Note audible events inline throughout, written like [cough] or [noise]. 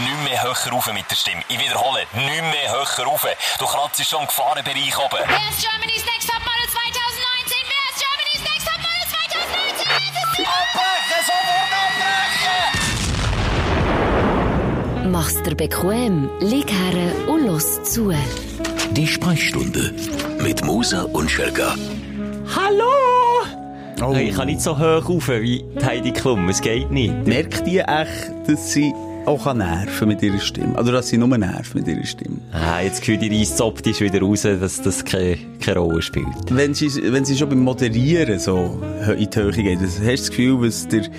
Nicht mehr höher rauf mit der Stimme. Ich wiederhole, nicht mehr höher rauf. Du kratzt schon im Gefahrenbereich oben. Wer ist Germany's Next Top Model 2019? Wer ist Germany's Next Top Model Abbrechen, sofort 2019? Es ist abbrechen! Mach's dir bequem, lieg her und los zu. Die Sprechstunde mit Musa und Schelga. Hallo! Oh. Ich kann nicht so hoch rauf wie die Heidi Klum, es geht nicht. Merkt ihr echt, dass sie auch kann nerven mit ihrer Stimme? Oder dass sie nur nerven mit ihrer Stimme? Ah, jetzt gehört ihr reisst optisch wieder raus, dass das keine, keine Rolle spielt. Wenn sie, wenn sie schon beim Moderieren so in die Höhe geht, hast du das Gefühl, was der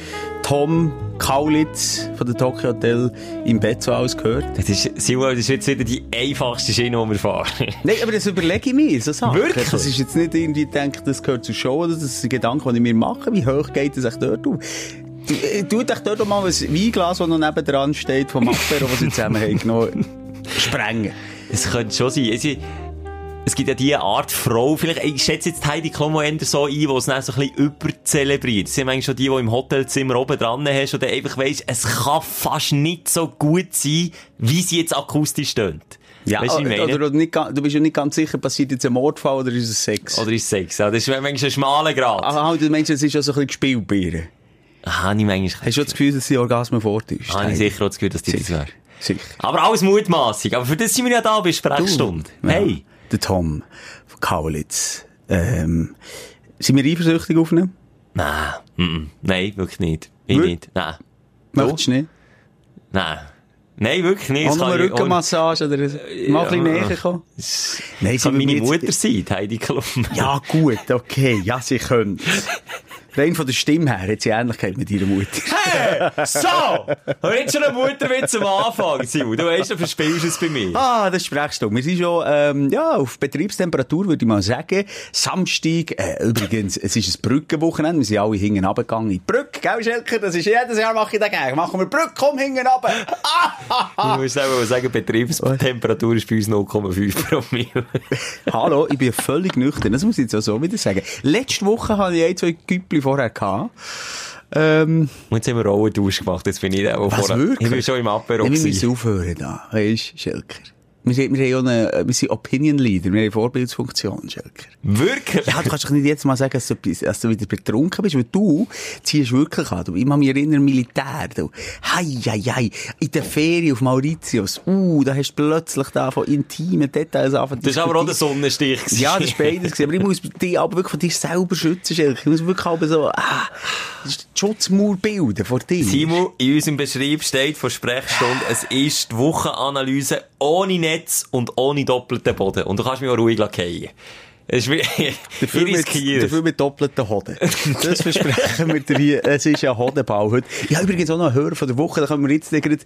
Tom Kaulitz von der Tokyo Hotel im Bett so alles gehört? Das ist, Simon, das ist jetzt wieder die einfachste Schiene, die wir fahren. [laughs] Nein, aber das überlege ich mir, so Sachen. Wirklich? Das ist jetzt nicht irgendwie, ich denke, das gehört zur Show, oder das ist ein Gedanke, den ich mir mache, wie hoch geht das echt dort auf? Äh, Tu doch dort auch mal ein Weinglas, das noch nebendran steht, vom Apero, das sie zusammen haben [laughs] genommen, sprengen. Es könnte schon sein. Es, es gibt ja diese Art Frau, vielleicht, ich schätze jetzt Heidi Klum auch eher so ein, die es dann so ein bisschen überzelebriert. Das sind eigentlich schon die, die im Hotelzimmer oben dran hast und dann einfach weisst, es kann fast nicht so gut sein, wie sie jetzt akustisch tönt. Ja, Weisst du, was ich oder, meine? oder nicht, ga- du bist ja nicht ganz sicher, passiert jetzt ein Mordfall oder ist es Sex? Oder ist Sex? Ja, das ist manchmal ein schmaler Grad. Ah, halt, du meinst, es ist ja so ein bisschen gespielt bei ihr. Aha, nicht manchmal. Hast du auch das Gefühl, dass sie Orgasmen vortäuscht? Ah, ich Heidi? sicher auch das Gefühl, dass die das Sicher. wäre. Sicher. Aber alles mutmaßig. Aber für das sind wir ja da, bei Sprechstunde. Ja, Hey. Der Tom von Kaulitz. Ähm, sind wir eifersüchtig auf ihn? Nein. mhm. Nein, wirklich nicht. Ich Wir- nicht. Nein. Möchtest du nicht? Nein. Nein, wirklich nicht. Auch Das noch kann eine ich- ohne- Rückenmassage oder mal ein bisschen Ja. näher kommen? Das Nein, kann sind wir meine jetzt- Mutter sein, die Heidi Klum. Ja, gut, okay. Ja, sie können. Rein von der Stimme her hat sie Ähnlichkeit mit ihrer Mutter. Hey, so! Hör jetzt schon einen Mutterwitz am Anfang, Simon. Du weißt, du verspielst es bei mir. [laughs] Ah, das sprichst du. Wir sind schon ähm, ja, auf Betriebstemperatur, würde ich mal sagen. Samstag, äh, übrigens, es ist ein Brückenwochenende. Wir sind alle hinten runtergegangen. in die Brücke, gell, Schelker? Das ist jedes Jahr, mache ich das gerne. Machen wir Brücke, komm hinten runter. Ah. Ich muss selber mal sagen, Betriebstemperatur ist bei uns 0,5 Promille. Hallo, ich bin völlig nüchtern. Das muss ich jetzt auch so wieder sagen. Letzte Woche hatte ich ein, zwei Güppli vorher. Gehabt. Ähm, Und jetzt haben wir auch einen Dusch gemacht, jetzt bin ich da auch Was, wirklich? Ich bin schon im Ja, Apero. wir gewesen. müssen aufhören da. Weisst, Schelker? Wir sind, wir, haben ja eine, wir sind Opinion Leader, wir haben Vorbildsfunktion, Schelker. Wirklich? Ja, du kannst doch nicht jetzt mal sagen, dass du, etwas- dass du wieder betrunken bist, weil du ziehst wirklich an. Du, ich kann mich erinnern, Militär, du. Hei, hei, hei. In der Ferien auf Mauritius. Uh, da hast du plötzlich da von intimen Details angefangen. Das war aber auch der Sonnenstich. gewesen. Ja, das war beides. gewesen. Aber ich muss dich aber wirklich von dir selber schützen, Schelker. Ich muss wirklich aber so, ah, die Schutzmauer bilden vor dir. Simon, in unserem Beschrieb steht von Sprechstunde, es ist die Wochenanalyse ohne Netz und ohne doppelten Boden. Und du kannst mich auch ruhig lassen. fallen. Es ist mir, [laughs] ich Dafür mit, riskiere es. dafür mit doppelten Hoden. Das versprechen wir dir hier. Es ist ja Hodenbau heute. Ja, übrigens auch noch einen Hörer von der Woche. Da können wir jetzt nicht gerade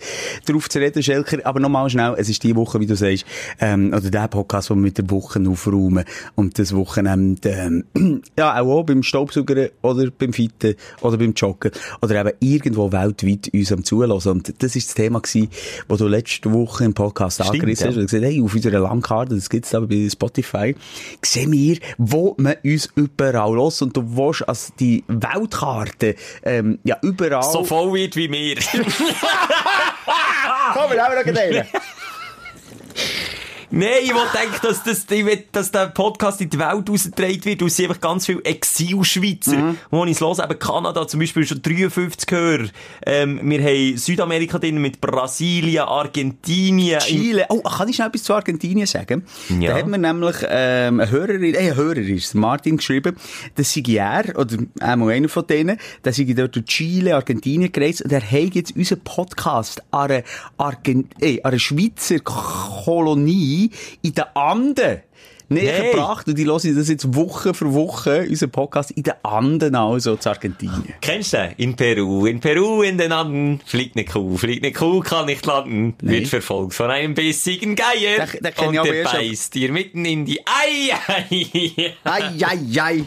drauf zu reden, Schelker. Aber nochmal schnell. Es ist die Woche, wie du sagst, ähm, oder der Podcast, den wir mit der Woche aufräumen. Und das Wochenende, ähm, [clears throat] ja, auch, auch beim Staubsaugern eh, oder beim Fitten eh, oder beim Joggen oder eben irgendwo weltweit uns am Zulassen. Und das ist das Thema gewesen, das du letzte Woche im Podcast Stimmt, angerissen ja. hast. Und gesagt, hey, auf unserer Landkarte, das gibt's da bei Spotify, sehen wir, wo man uns überall los und du willst als die Weltkarte, ähm, ja, überall. So voll wird wie mir. [laughs] Komm, wir haben noch einen. Nein, ich will denken, dass, das, ich will, dass der Podcast in die Welt ausgetragen wird, aus einfach ganz viele Exil-Schweizer, Mhm. wo ich es höre, eben Kanada zum Beispiel schon 53 Hörer, ähm, wir haben Südamerika drin mit Brasilien, Argentinien, Chile. Oh, kann ich schnell etwas zu Argentinien sagen? Ja. Da hat mir nämlich ähm, eine Hörerin, äh, ein Hörer ist, Martin, geschrieben, dass sie er, oder einmal einer von denen, dass sie dort durch Chile, Argentinien gereist und er hat jetzt unseren Podcast an einer, Argen äh, an einer Schweizer Kolonie in den Anden näher Hey. gebracht und die hören das jetzt Woche für Woche, unseren Podcast in nou, den Anden, also zu [laughs] Argentinien. Kennst du den? In Peru, in Peru, in den Anden, fliegt eine Kuh, fliegt eine Kuh, kann nicht landen, wird verfolgt von einem bissigen Geier, Den- den kenn und ich aber eh der erst ab- beißt dir mitten in die Ei, [laughs] Ei. Ei, ei, ei.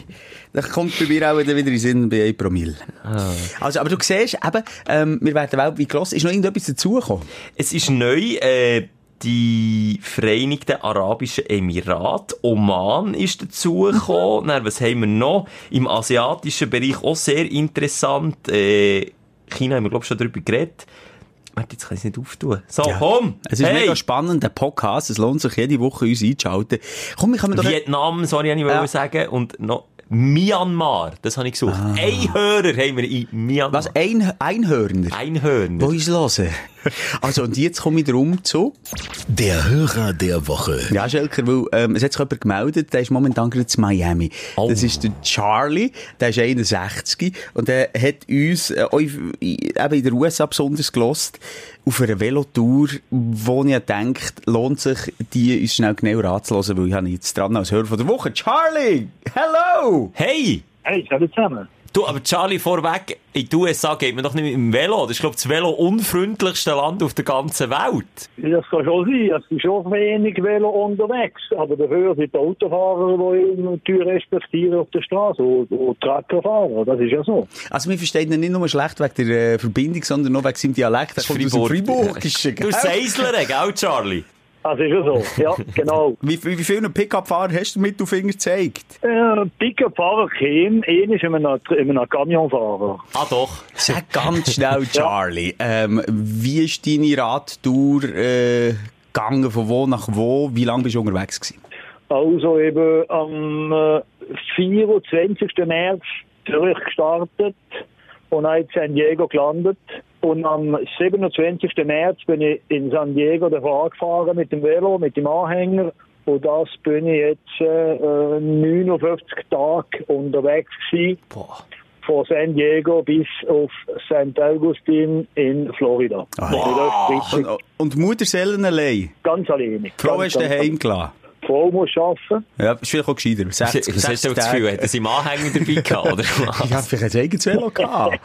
Das kommt bei mir auch wieder in den Sinn bei 1 Promille. Also, aber du siehst eben, ähm, wir werden weltweit gelassen. Ist noch irgendetwas dazugekommen? Es ist neu, äh, die Vereinigten Arabischen Emirate, Oman ist dazugekommen. Mhm. Dann, was haben wir noch? Im asiatischen Bereich auch sehr interessant. Äh, China haben wir, glaube ich, schon drüber geredet. Warte, jetzt kann ich es nicht auftun. So, komm! Es ist hey. mega spannend, der Podcast. Es lohnt sich jede Woche, uns einzuschalten. Komm, wir können doch... e- Vietnam, sorry, wollte ich Ja. sagen. Und noch Myanmar, das habe ich gesucht. Ein Hörer haben wir in Myanmar. Ah. Was? Ein, Einhörner? Ein Hörer. Wo uns hören. Also, und jetzt komme ich darum zu. Der Hörer der Woche. Ja, Schelker, weil, ähm, es hat sich jemand gemeldet, der ist momentan gerade in Miami. Oh. Das ist der Charlie, der ist 61 und der hat uns, äh, auch in- eben in der USA besonders gelost, auf einer Velotour, wo ich denkt, lohnt sich, die uns schnell genauer anzuhören, weil ich habe jetzt dran als Hörer von der Woche. Charlie! Hello! Hey! Hey, salut zusammen. Du, aber Charlie, vorweg, in die USA geht man doch nicht mit dem Velo. Das ist, glaube ich, das Velo-unfreundlichste Land auf der ganzen Welt. Das kann schon sein. Es sind schon wenig Velo unterwegs. Aber dafür sind die Autofahrer, die die Tür respektieren auf der Straße. Und, und Truckerfahrer. Das ist ja so. Also, wir verstehen ihn nicht nur schlecht wegen der äh, Verbindung, sondern auch wegen seinem Dialekt. Er kommt aus dem Freiburgischen, Du gell? Seisler, gell, Charlie? Das ist ja so. Ja, genau. Wie, wie, wie viele Pickup-Fahrer hast du mit Mittelfinger gezeigt? Äh, dicker Fahrer käme, ähnlich wie einem, einem Camionfahrer. Ah, doch. Sag ganz [laughs] schnell, Charlie. Ähm, wie ist deine Radtour äh, gegangen? Von wo nach wo? Wie lange bist du unterwegs gewesen? Also eben am äh, 24. März Zürich gestartet und dann in San Diego gelandet. Und am 27. März bin ich in San Diego davon gefahren mit dem Velo, mit dem Anhänger. Und das bin ich jetzt äh, äh, 59 Tage unterwegs gewesen, Boah. von San Diego bis auf St. Augustin in Florida. Ah, Wow. Und, und Mutterseelen allein? Ganz alleine. Frau Ganz, hast du ganz- daheim gelassen? Die Frau muss arbeiten. Ja, ist vielleicht auch gescheiter. 60, Was hast du 60 das Gefühl? Tage. Hat er seinen Anhänger dabei gehabt, oder was? [laughs] Ich habe vielleicht ein eigenes [laughs] Velo gehabt.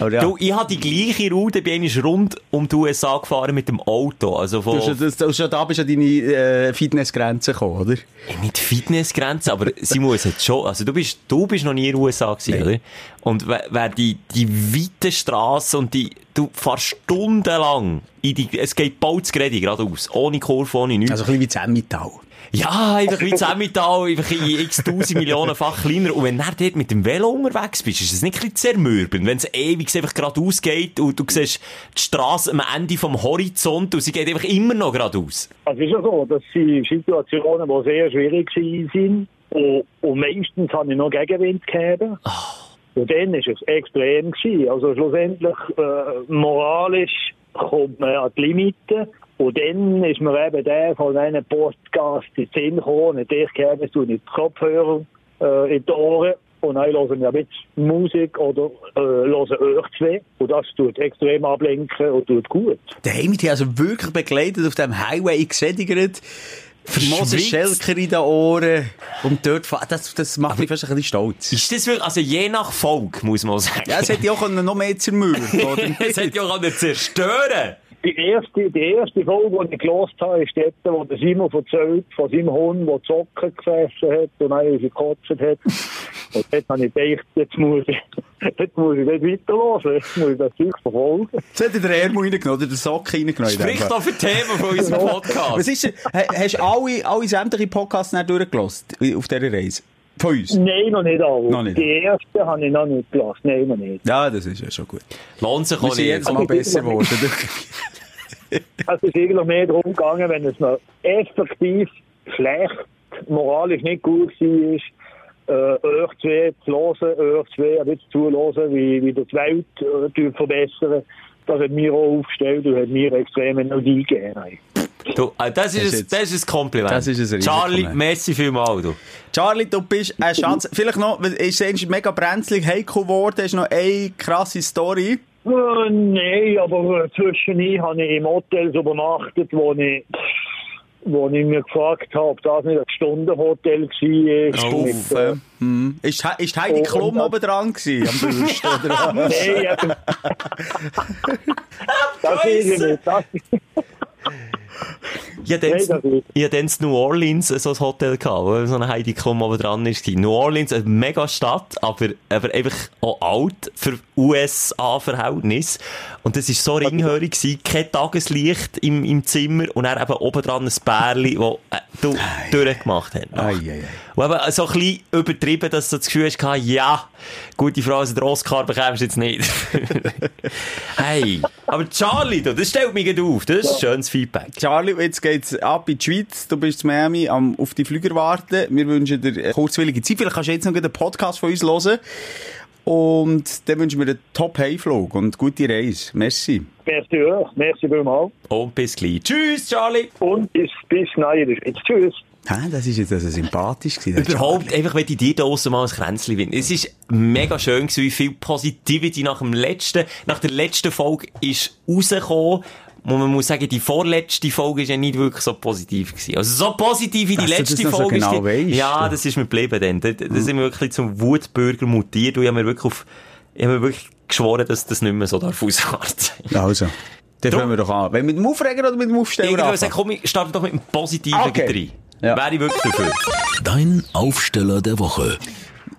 Aber ja. Du, ich habe die gleiche Route, bin ich rund um die USA gefahren mit dem Auto. Also Du von, hast ja- das- du, schon da bist du an deine äh, Fitnessgrenze gekommen, oder? Ey, nicht Fitnessgrenze, aber sie muss jetzt schon, also du bist, du bist noch nie in den USA gewesen, oder? Und wer, wer die, die weiten Strassen und die, du fährst stundenlang in die, es geht bald zu Gredi geradeaus, ohne Kurve, ohne nichts. Also ein bisschen wie Zemmital. ja, einfach wie Zemmital, einfach in x tausend Millionenfach kleiner. Und wenn du dann dort mit dem Velo unterwegs bist, ist es nicht ein bisschen zermürbend, wenn es ewig einfach geradeaus geht und du siehst die Straße am Ende vom Horizont und sie geht einfach immer noch geradeaus. Also, Es ist ja so, das sind Situationen, die sehr schwierig gewesen sind. Und, und meistens habe ich noch Gegenwind gehabt. Und dann war es extrem. Gewesen. Also schlussendlich, äh, moralisch kommt man an die Limite. Und dann ist mir eben der von einem Podcast in den Sinn gekommen. Und ich gebe es in die Kopfhörer, äh, in die Ohren. Und dann hören wir ein bisschen Musik oder äh, hören euch zwei. Und das tut extrem ablenken und tut gut. Der Heimit hat also wirklich begleitet auf dem Highway gesättigt. Moses Verschwitzt. Schelker in den Ohren. Und dort, fa- das, das macht mich fast ein bisschen stolz. Ist das wirklich, also je nach Volk, muss man sagen. Ja, es hätte ja auch können noch mehr zermürbt, oder? [laughs] Es hätte ja auch nicht zerstören Die erste, die erste Folge, die ich gelost habe, ist dort, wo der Simon erzählt, von seinem Hund, der Zocken gefressen hat und einen gekotzt [laughs] hat. Und dort habe ich gedacht, jetzt muss ich, [laughs] jetzt muss ich nicht weiterhören, jetzt muss ich das Zeug verfolgen. Jetzt hat er den Ärmel reingenommen oder den Sock reingenommen. in dem Sprich Fall. doch für Themen von [laughs] unserem Was Podcast. ist denn, ha- hast du alle, alle sämtlichen Podcasts dann durchgelassen auf dieser Reise? Von uns? Nein, noch nicht alle. Noch nicht. Die erste habe ich noch nicht gelassen. Nein, noch nicht. Ja, das ist ja schon gut. Lohnt sich Wir auch sind nicht. jedes Mal [laughs] besser geworden. Also Es ist eigentlich mehr darum gegangen, wenn es mir effektiv schlecht, moralisch nicht gut war, äh, euch zwei zu hören, euch zwei ein bisschen zuhören, wie, wie das die Welt äh, tut verbessern. Das hat mir auch aufgestellt und hat mir extrem Energie gegeben. Du, äh, das, Das ist ein, jetzt- das ist ein Kompliment. Das ist ein ne? riesen Charlie, Kompliment. merci vielmals. Du. Charlie, eh, du bist ein Schatz. Vielleicht noch, ist es mega brenzlig heikel geworden, hast noch eine krasse Story. Äh, Nein, aber äh, zwischendurch habe ich im Hotel übernachtet, wo ich, wo ich mir gefragt habe, ob das nicht ein Stundenhotel war. Puff. Mit, äh, Hm. Ist, He- ist Heidi Oh, Klum und- äh, oben dran gewesen, am Bürsten, oder [laughs] was? Nein, eben. [laughs] das ist es nicht. Das, Ich hatte Nein, das dann, nicht. ich hatte dann in New Orleans äh, so ein Hotel gehabt, wo so eine Heidi Klum oben dran war. New Orleans, eine mega Stadt, aber, aber einfach auch alt für USA-Verhältnis. Und das war so ringhörig gewesen, kein Tageslicht im, im Zimmer und dann eben oben dran ein Bärli, das äh, du, durchgemacht hat. Ei, ei, ei. Und eben so ein bisschen übertrieben, dass du das Gefühl hast, gehabt, ja, gute Frau, also den Oscar bekommst du jetzt nicht. [laughs] hey, aber Charlie, du, das stellt mich gerade auf. Das ist schönes Feedback. Charlie, jetzt geht's ab in die Schweiz. Du bist in Miami am auf die Flüger warten. Wir wünschen dir eine kurzwillige Zeit. Vielleicht kannst du jetzt noch gleich den Podcast von uns hören. Und dann wünschen wir einen Top-Hayflug und gute Reise. Merci. Merci euch, merci vielmals. Und bis gleich. Tschüss, Charlie. Und bis, bis nachher. Jetzt tschüss. Hä, das ist jetzt also sympathisch gewesen. der Überhaupt, einfach, wenn ich dir da draussen mal ein Kränzchen winde. Es ist mega schön gewesen, wie viel Positivity nach dem letzten, nach der letzten Folge ist rausgekommen. Und man muss sagen, die vorletzte Folge ist ja nicht wirklich so positiv gewesen. Also so positiv wie Dass die du letzte das noch so Folge genau ist. die- weisst. Hm. ja, das ist mir geblieben dann. Da, da sind wir wirklich zum Wutbürger mutiert und ich habe mir wirklich auf, ich habe mir wirklich geschworen, dass das nicht mehr so darf [laughs] ausarten. Charlie. Also, dann fangen wir doch an. Wenn mit dem Aufreger oder mit dem Aufsteller Irgendwann anfangen? sagt, komm, ich starte doch mit dem Positiven Okay. rein. Ja. Wäre ich wirklich dafür. Dein Aufsteller der Woche.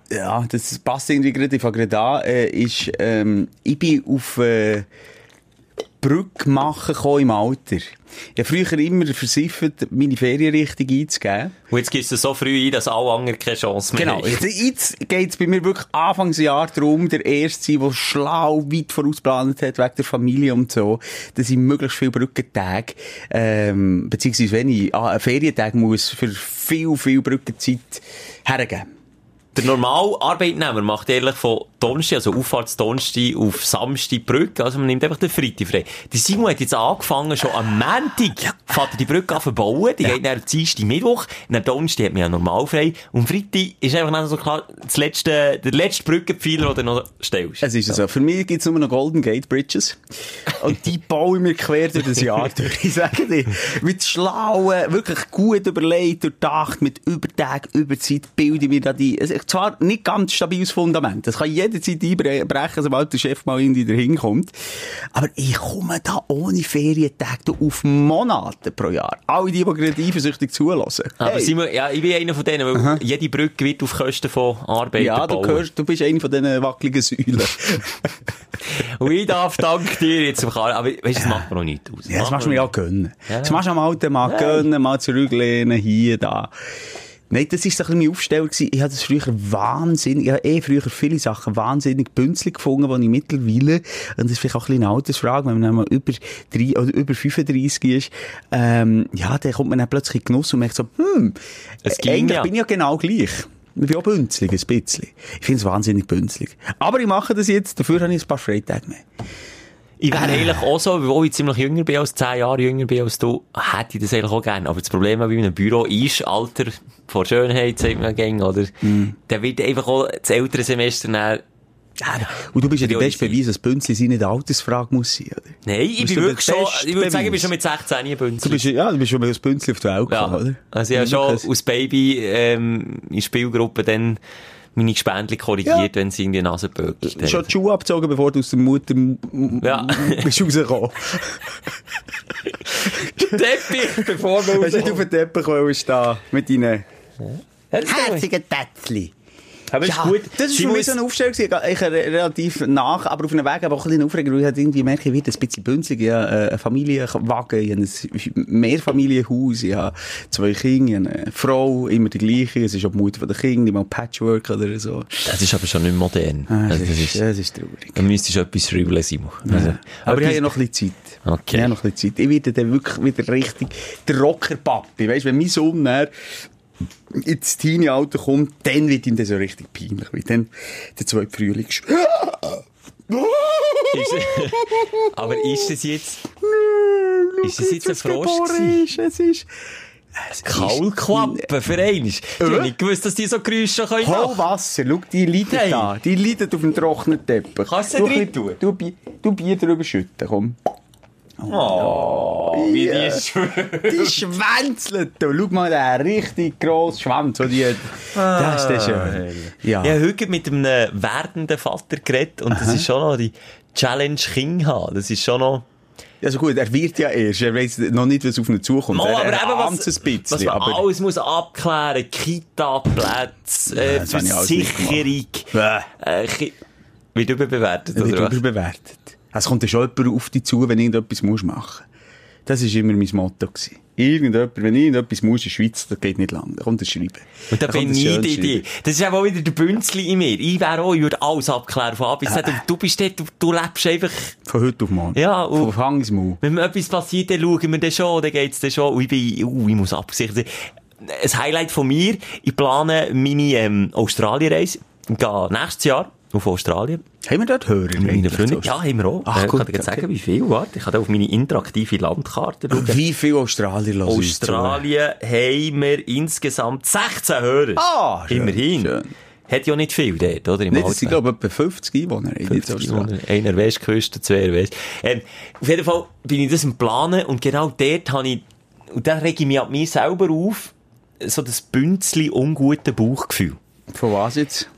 Ja, das passt irgendwie gerade. Ich fange gerade an. Äh, ist, ähm, ich bin auf äh, Brücke machen gekommen im Alter. Ich habe früher immer versiffert, meine Ferienrichtung einzugeben. Und jetzt gibst du so früh ein, dass alle anderen keine Chance mehr Genau. haben. Jetzt, jetzt geht es bei mir wirklich Anfangsjahr darum, der Erste zu sein, der schlau weit vorausgeplant hat, wegen der Familie und so, dass ich möglichst viele Brückentage, ähm, beziehungsweise wenn ich an einen Ferientag muss, für viel, viel Brückenzeit hergeben. Der normale Arbeitnehmer macht ehrlich von Donnerstag, also Auffahrtsdonnerstag auf Samstag Brücke, also man nimmt einfach den Freitag frei. Die Simon hat jetzt angefangen, schon am Montag fährt er die Brücke an zu bauen, die geht dann am Dienstag, Mittwoch, dann Donnerstag hat man ja normal frei und Freitag ist einfach dann so klar das letzte, der letzte Brückenpfeiler, den du noch stellst. Es ist so. Für mich gibt's nur noch Golden Gate Bridges. Und [laughs] die baue ich mir quer durch das Jahr durch. [laughs] Ich sage dir, mit schlauen, wirklich gut überlegt, durchdacht, mit Übertag, Überzeit bilde ich mir da die, es ist zwar nicht ganz stabiles Fundament. Das kann jederzeit einbrechen, sobald der Chef mal irgendwie dahin kommt. Aber ich komme da ohne Ferientage da auf Monate pro Jahr. Alle die, die gerade eifersüchtig zulassen. Aber Hey. Simon, ja, ich bin einer von denen, weil jede Brücke wird auf Kosten von Arbeitern ja, du gebaut. gehörst, du bist eine von diesen wackeligen Säulen. [laughs] Und ich darf dank dir jetzt, aber weißt du, das macht mir noch nicht aus. Ja, das machst du mir auch gönnen. Ja. Das machst du am alten Mann gönnen, mal zurücklehnen, hier, da. Nein, das ist so ein bisschen mein Aufsteller gewesen. Ich habe das früher wahnsinnig, ich habe eh früher viele Sachen wahnsinnig bünzlig gefunden, die ich mittlerweile, und das ist vielleicht auch ein bisschen eine Altersfrage, wenn man dann mal über drei, oder über 35 ist, ähm, ja, dann kommt man dann plötzlich in den Genuss und merkt so, hm, Es äh, ging eigentlich ja. bin ich ja genau gleich. Ich bin auch bünzlig, ein bisschen. Ich finde es wahnsinnig bünzlig. Aber ich mache das jetzt, dafür habe ich ein paar Freitage mehr. Äh. Ich wäre eigentlich auch so, obwohl ich ziemlich jünger bin als 10 Jahre jünger bin als du, hätte ich das eigentlich auch gerne. Aber das Problem bei meinem Büro ist Alter vor Schönheit, sagt man gern, oder? Mhm. Da wird einfach auch das ältere Semester dann, Und du bist ja der beste Priorisieren. Beweis, dass Bünzli seine Altersfrage muss sein, oder? nein, ich Bist bin du wirklich der schon, beste ich würde sagen, ich bin Beweis? schon mit 16 ein Du Bünzli. bist, ja, du bist schon mal als Bünzli auf die Welt Ja. gekommen, oder? Also ich habe Immer schon kein- als Baby, ähm, in Spielgruppen dann meine Gespendli korrigiert, wenn sie in die Nase bögelt haben. schon die Schuhe abgezogen, bevor du aus der Mutter m- m- Ja. [laughs] bist rausgekommen. Teppich, bevor [laughs] wir Hast du nicht auf den Teppich wollen stehen mit deinen herzigen Tätzli? Aber Ja, das ist für mich so eine Aufstellung. gewesen. Ich äh, relativ nach, aber auf einem Weg aber auch ein bisschen Aufreger. weil Ich halt irgendwie merke, ich werde ein bisschen bünzlig. Ich habe äh, einen Familienwagen, ich habe ein Mehrfamilienhaus, ich habe zwei Kinder, ich habe eine Frau, immer eh, die gleiche. Es ist auch die Mutter der Kinder, die mal Patchwork oder so. Das ist aber schon nicht modern. Ah, Also das, ist, das ist traurig. Dann müsstest du etwas schreiben, Simon. Also, Aber ich etwas- habe ja noch ein bisschen Zeit. Okay. Ich habe noch ein bisschen Zeit. Ich werde dann wirklich wieder richtig der Rockerpapi. Weißt du, wenn mein Sohn dann ins Teenie-Alter kommt, dann wird ihm das so richtig peinlich. Weil dann der zweite Frühling ist. [laughs] Ist, aber ist das jetzt [laughs] Ist das jetzt ein Frosch gewesen? geboren ist. Es ist... Es ist- Kaulquappen für einen? Ich Äh? hab nicht gewusst, dass die so Geräusche können machen Hohlwasser, schau, die leiden Nein. da. Die leiden auf dem trockenen Teppich. Kannst du sie ein drin bisschen- Du, Bi- du Bier drüber schütten, komm. können. Oh, Wie die schwören. Die schwänzeln da. Schau mal, der richtig grosse Schwanz, den die hat. Das ist der Ah. schön. Ja. Ich habe heute mit einem werdenden Vater geredet und das ist schon noch die Challenge King haben. Das ist schon noch... Also gut, er wird ja erst. Er weiß noch nicht, was auf ihn zukommt. Mal, er aber er eben, was- ahnt's ein bisschen. Was man aber alles muss abklären, Kita-Plätze, Ja, äh, das habe ich alles nicht Versicherung, gemacht. äh, Ki- wird überbewertet, er wird oder was? überbewertet. Es kommt ja schon jemand auf dich zu, wenn du irgendetwas musst machen musst. Das war immer mein Motto. Gewesen. Irgendjemand, wenn ich irgendetwas muss in der Schweiz, das geht nicht lang. Da kommt ein Schreiben. Und da Dann kommt ein beneide schönes ich dich. Schreiben. Das ist eben auch wieder der Bünzli in mir. Ich wäre auch, ich würde alles abklären von A bis Äh. Z. Und Du bist dort, du, du lebst einfach, Von heute auf morgen. Ja, und- Von Hang ins Maul. wenn mir etwas passiert, dann schauen wir dann schon, dann geht's dann schon. Und ich bin, uh, ich muss absichern. Ein Highlight von mir, ich plane meine, ähm, Australien-Reise. Ich gehe nächstes Jahr auf Australien. Haben wir dort Hörer? Mit meiner eigentlich? Freundin. Ja, haben wir auch. Ach, Äh, gut, Ich kann dir jetzt okay. sagen, wie viel. Warte, ich kann da auf meine interaktive Landkarte schauen. Wie viele Australier hören uns zu? Australien haben wir insgesamt 16 Hörer. Ah, schön, Immerhin. schön. Hat ja nicht viel dort, oder? Im Nicht, Alltag. es sind, glaube ich, etwa 50 Einwohner in 50 Australien. Einwohner. Einer Westküste, zwei West. Ähm, auf jeden Fall bin ich das im Planen und genau dort habe ich, und da rege ich mich an mir selber auf, so das Bünzli ungute Bauchgefühl. Von was jetzt?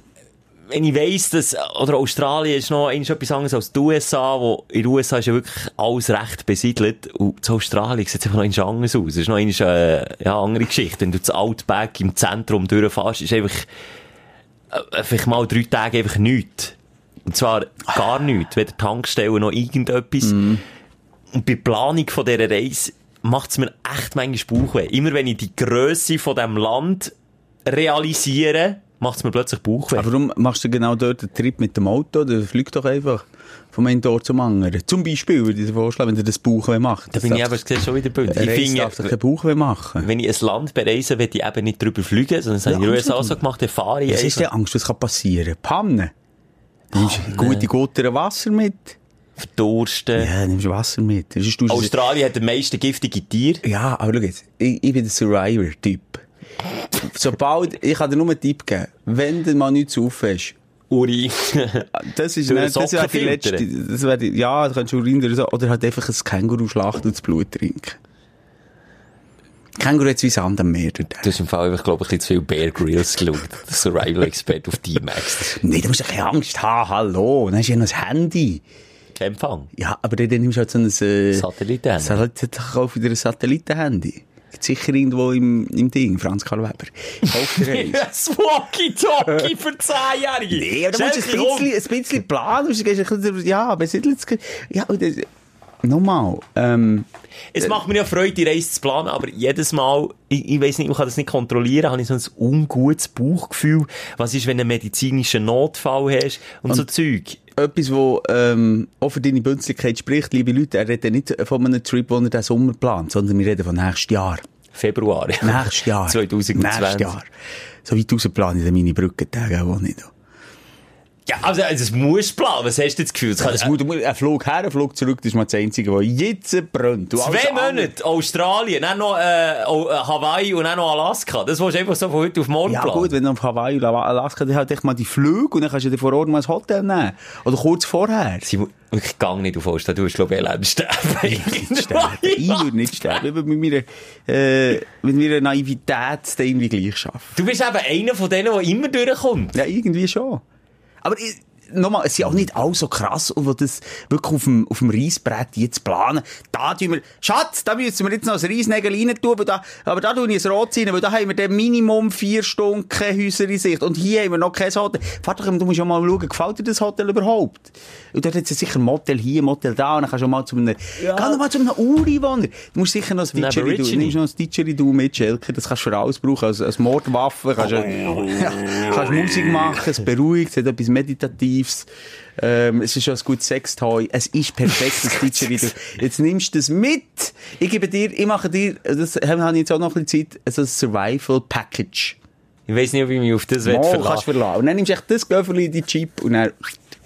wenn ich weiss, dass, oder Australien ist noch eins etwas anderes als die USA, wo in den USA ist ja wirklich alles recht besiedelt und zu Australien sieht es einfach noch eins anders aus. Es ist noch eins, äh, ja, andere Geschichte. Wenn du das Outback im Zentrum durchfährst, ist einfach, äh, einfach mal drei Tage einfach nichts. Und zwar gar nichts. Weder Tankstellen noch irgendetwas. Und bei der Planung von dieser Reise macht es mir echt manchmal Bauchweh. Immer wenn ich die Grösse von diesem Land realisiere, macht es mir plötzlich Bauchweh. Aber warum machst du genau dort einen Trip mit dem Auto? Dann flieg doch einfach vom einen Tor zum anderen. Zum Beispiel würde ich dir vorschlagen, wenn ihr das Bauchweh macht. Da bin ich aber siehst du, schon wieder bündel. Ich Ich darf doch kein finde, Bauchweh machen. wenn ich ein Land bereise, will ich eben nicht drüber fliegen, sondern das habe ich in den Angst USA davor. so gemacht, dann fahre ich Was ist denn einfach. Angst, was kann passieren? Pannen? Nimmst du gute Gutter Wasser mit? Verdursten. Ja, nimmst du Wasser mit. Sonst tust du- Australien hat am meisten giftige Tiere. Ja, aber schau jetzt, ich, ich bin der Survivor-Typ. Sobald, ich kann dir nur einen Tipp geben, wenn du mal nichts zu hast, Uri. Das ist Durch nicht, den das wäre die Socken letzte, das wäre die, ja, du kannst Urin oder so, oder halt einfach ein Känguru schlachten und das Blut trinken. Känguru hat wie Sand am Meer. dort. Du hast im Fall einfach, glaube ich, ein bisschen zu viel Bear Grylls geschaut. Der Survival-Expert auf D-Max. Nein, da musst du keine Angst haben, hallo. Dann hast du ja noch das Handy. Kein Empfang. Ja, aber dann nimmst du halt so ein, äh, Satellitenhandy. Satellit, kauf wieder ein Satellitenhandy. Gibt sicher irgendwo im, im Ding, Franz Karl Weber. Kauf dir [laughs] eins. Walkie-Talkie für 10-Jährige. Nee, aber du musst ein bisschen, ein bisschen planen, musst du gehst ein bisschen, ja, besiedelt es, ja, und das, nochmal, ähm, Es macht mir ja Freude, die Reise zu planen, aber jedes Mal, ich, ich weiss nicht, man kann das nicht kontrollieren, habe ich so ein ungutes Bauchgefühl. Was ist, wenn du einen medizinischen Notfall hast und, so Zeug? etwas, wo ähm, auch für deine Bünzlichkeit spricht, liebe Leute, er redet nicht von einem Trip, den er diesen Sommer plant, sondern wir reden von nächstes Jahr. Februar. Nächstes Jahr. 2020. Nächstes Jahr. So weit raus plane ich dann meine Brückentage auch nicht. [laughs] Ja, also, also das musst du planen. Was hast du das Gefühl? Das kann, Es muss, ein Flug her, ein Flug zurück, das ist mal das Einzige, was jetzt brennt. Du, alles zwei andere- Monate Australien, dann noch äh, oh, äh, Hawaii und dann noch Alaska. Das willst du einfach so von heute auf morgen Ja planen. gut, wenn du auf Hawaii oder Alaska, dann halt echt mal die Flüge und dann kannst du dir vor Ort mal ein Hotel nehmen. Oder kurz vorher. Simon, ich gang nicht auf Australien. Du wirst, glaube ich, [laughs] elend sterben. Ich [laughs] sterben. Ich würde nicht sterben. Ich würde mit meiner, äh, mit meiner Naivität es dann irgendwie gleich schaffen. Du bist eben einer von denen, der immer durchkommt. Ja, irgendwie schon. Aber ich- nochmal, es sind auch nicht alle so krass und die das wirklich auf dem, auf dem Reisbrett jetzt planen. Da tun wir, Schatz, da müssen wir jetzt noch ein Reisnägel rein tun, aber da, aber da tun ich ein Rot rein, weil da haben wir dann Minimum vier Stunden keine Häuser in Sicht und hier haben wir noch kein Hotel. Vater, du musst ja mal schauen, gefällt dir das Hotel überhaupt? Und dort hat es sicher ein Motel hier, ein Motel da und dann kannst du mal zu einem, ja. geh noch mal zu einem Uriwohner. Du musst sicher noch ein einem Didgeridoo, Aborigine. nimmst noch ein Didgeridoo mit, Schelker, das kannst du für alles brauchen, als, als Mordwaffe, kannst du, ja, kannst Musik machen, es beruhigt, es hat etwas Meditatives. Ähm, es ist ja ein gutes Sextoy. Es ist perfekt, das Didgeridoo. Jetzt nimmst du das mit. Ich gebe dir, ich mache dir, das haben- habe ich jetzt auch noch ein bisschen Zeit, so ein Survival Package. Ich weiss nicht, ob ich mich auf das Mal verlassen kannst du verlassen. Und dann nimmst du echt das Göffeli in die Jeep und dann,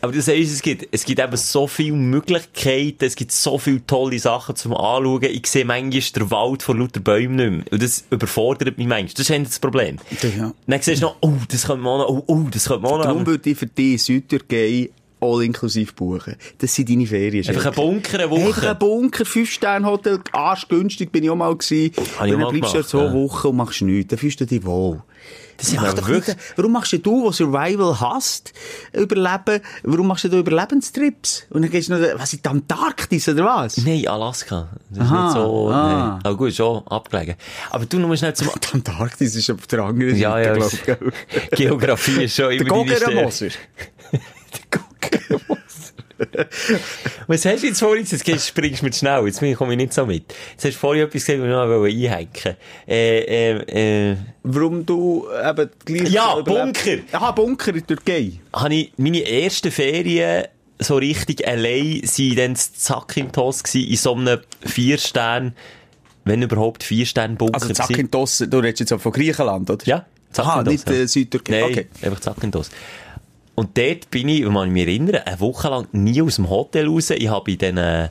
Aber du sagst, es gibt, es gibt eben so viele Möglichkeiten, es gibt so viele tolle Sachen zum Anschauen. Ich sehe manchmal den Wald von lauter Bäumen nicht mehr. Und das überfordert mich manchmal. Das ist eigentlich das Problem. Ja. Dann siehst du noch, oh, das könnte man auch noch, oh, oh, das könnte man auch noch. darum würde ich für dich Südtürkei all inklusiv buchen. Das sind deine Ferien. Einfach Schelker. ein Bunker eine Woche. Einfach ein Bunker, 5-Sterne-Hotel, arschgünstig bin ich auch mal gewesen. ich auch Dann mal bleibst du ja gemacht, zwei ja. Wochen und machst nichts. Dann fühlst du dich wohl. Das sind macht wir doch wirklich- nicht- Warum machst denn du, der Survival hasst, Überleben, warum machst denn du Überlebenstrips? Und dann gehst du noch, was ist die Antarktis oder was? Nein, Alaska. Das ist Aha, nicht so, ah. nee. Oh, Aber gut, schon abgelegen. Aber du nur schnell [laughs] zum, Die Antarktis ist auf der anderen Seite, ja, ja, glaub ist- ich. gell? [laughs] Geografie ist schon Der immer deine Stärke. Gogeramoser. Was hast du jetzt vorhin? Jetzt gehst- springst du mir zu schnell. Jetzt bin ich- komme ich nicht so mit. Jetzt hast du vorhin etwas gesagt, was ich noch wollte einhaken äh, äh, äh, Warum du eben gleich... Ja, überlebt- Bunker. Aha, Bunker in der Türkei. habe ich meine ersten Ferien so richtig allein sind dann das Zack im Toss gsi in so einem Vier-Stern, wenn überhaupt Vier-Stern-Bunker. Also gsi. Zakynthos, du redest jetzt auch von Griechenland, oder? Ja, Aha, Zakynthos, nicht ja. äh, Südtürkei. Nein, Okay. einfach Zakynthos. Und dort bin ich, wenn man mich erinnert, eine Woche lang nie aus dem Hotel raus. Ich habe bei diesen äh,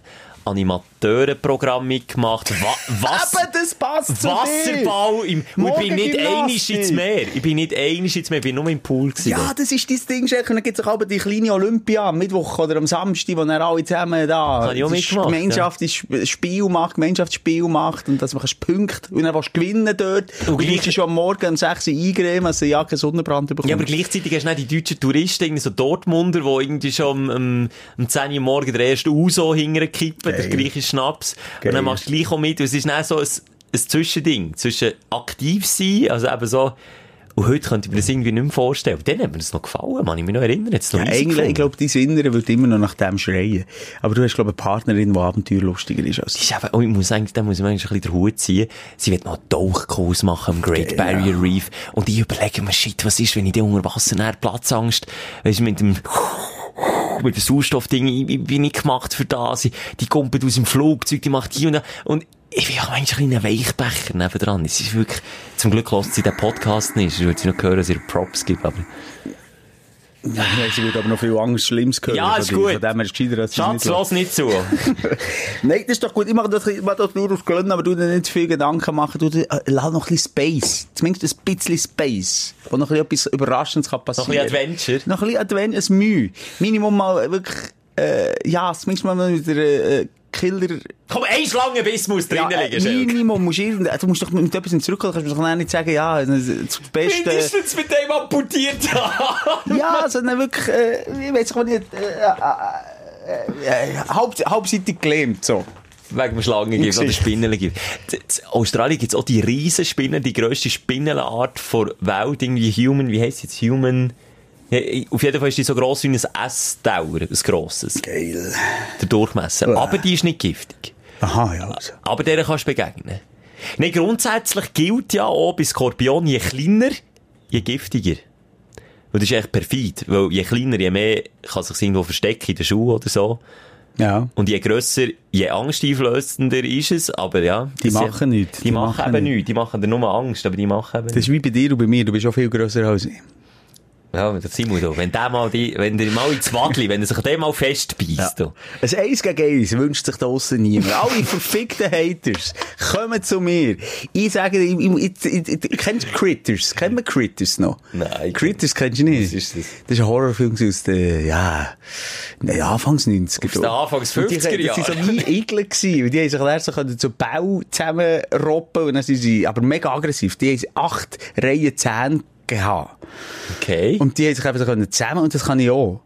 Animateurenprogrammen mitgemacht. Wa was Eben, das passt zu dir. Wasserball im... Und ich bin nicht einig Morgengymnastik. ins Meer. Ich bin nicht einig ins Meer. Ich bin nur im Pool gewesen. Ja, das ist dein Ding, Schelke. Und dann gibt es auch aber die kleine Olympia am Mittwoch oder am Samstag, wo dann alle zusammen da... Habe ich auch das mitgemacht, Gemeinschaft ist Spiel macht, Gemeinschaftsspiel macht und dass man kannst Punkte und dann willst du gewinnen dort. Und, gleich- gleich ist am Morgen um 6 Uhr eingremt, also ja keinen Sonnenbrand bekommt. Ja, aber gleichzeitig hast du dann die deutschen Touristen, irgendwie so Dortmunder, die irgendwie schon am, am, am 10 Uhr morgen der erste Uso hinterher kippen, der gleiche Schnaps. Und Geil. dann machst du gleich auch mit. Und es ist dann so ein, ein Zwischending zwischen aktiv sein, also eben so, und heute könnte ich mir das irgendwie nicht mehr vorstellen. Aber dann hat mir das noch gefallen, man. Ich mich noch erinnern. Jetzt noch Ja, easy eigentlich, ich glaube, gefunden. dein Innere würde immer noch nach dem schreien. Aber du hast, glaube ich, eine Partnerin, die abenteuerlustiger ist als Das ist eben, oh, ich muss eigentlich, da muss ich mir eigentlich ein bisschen den Hut ziehen. Sie wird noch einen Tauchkurs machen am Great Barrier Reef. Und ich überlege mir, shit, was ist, wenn ich die unter Wasser näher Platzangst, weisst du, mit dem, mit dem Sauerstoffding, ich, ich bin nicht gemacht für das. Ich- Die kommt aus dem Flugzeug, die macht die und da. Und ich bin auch eigentlich ein kleiner Weichbecher nebendran. Es ist wirklich, zum Glück hört sie den Podcast nicht. Ich würde sie noch hören, dass ihr Props gibt, aber. Nein, sie wird aber noch viel Angst, Schlimmes gehört. Ja, ist gut. Von dem her ist es gescheiter, dass sie es Schatz, nicht lass nicht zu. lässt. Nein, das ist doch gut. Ich mache das, ich mache das nur aus Gründen, aber du dir nicht zu viel Gedanken machen. Du dir, äh, lass noch ein bisschen Space. Zumindest ein bisschen Space. Wo noch ein bisschen etwas Überraschendes kann Noch passieren ein bisschen Adventure. Noch ein bisschen Adventure, ein Mühe. Minimum mal wirklich, äh, ja, zumindest mal mit der, äh, Killer, Komm, ein Schlangenbiss muss drinnen äh, liegen, Schelke. Minimum musst du, irgend- du musst doch mit etwas zurückkommen, kannst du doch nicht sagen, nou ja, das Beste. Mindestens mit dem amputiert haben. Ja, sondern wirklich, äh, ich weiß auch nicht, äh, äh, äh, äh, haupt, hauptseitig gelähmt, so. Wegen dem Schlangengift oder Gesicht. Spinnengift. In Australien gibt's auch die riesen Spinnen, die grösste Spinnenart der Welt, irgendwie Human, wie heisst jetzt Human? Ja, Auf jeden Fall ist die so gross wie ein Esstauer, ein grosses, Geil. der Durchmesser. Aber die ist nicht giftig. Aha, ja. Also. Aber der kannst du begegnen. Nein, grundsätzlich gilt ja auch bei Skorpion, je kleiner, je giftiger. Und das ist echt perfid, weil je kleiner, je mehr kann sich irgendwo verstecken in den Schuhen oder so. Ja. Und je grösser, je angsteinflößender ist es, aber ja. Die das- machen nichts. Die, machen, eben nichts. Die machen dir nur Angst, aber die machen eben Das nichts. ist wie bei dir und bei mir, du bist auch viel grösser als ich. Ja, der Simon da. Wenn der mal die, wenn der mal ins Wadli, wenn er sich dem mal festbeißt. Ja. Ein Eis gegen Eis wünscht sich da draussen niemand. Alle verfickten Haters, kommen zu mir. Ich sage, ich, ich, ich, ich, kennst du Critters? Kennen wir Critters noch? Nein. Critters kennst du nicht? Was ist das? ist ein Horrorfilm aus den, ja, nein, Anfangs 90er. Aus den Anfangs Und die 50er haben- Das waren so wie Igel gewesen. Und Die haben sich dann so können zu Bau zusammenroppen und dann sind sie, aber mega aggressiv. Die haben acht Reihen Zähne gehabt. Okay. Und die haben sich einfach so können zusammen und das kann ich auch.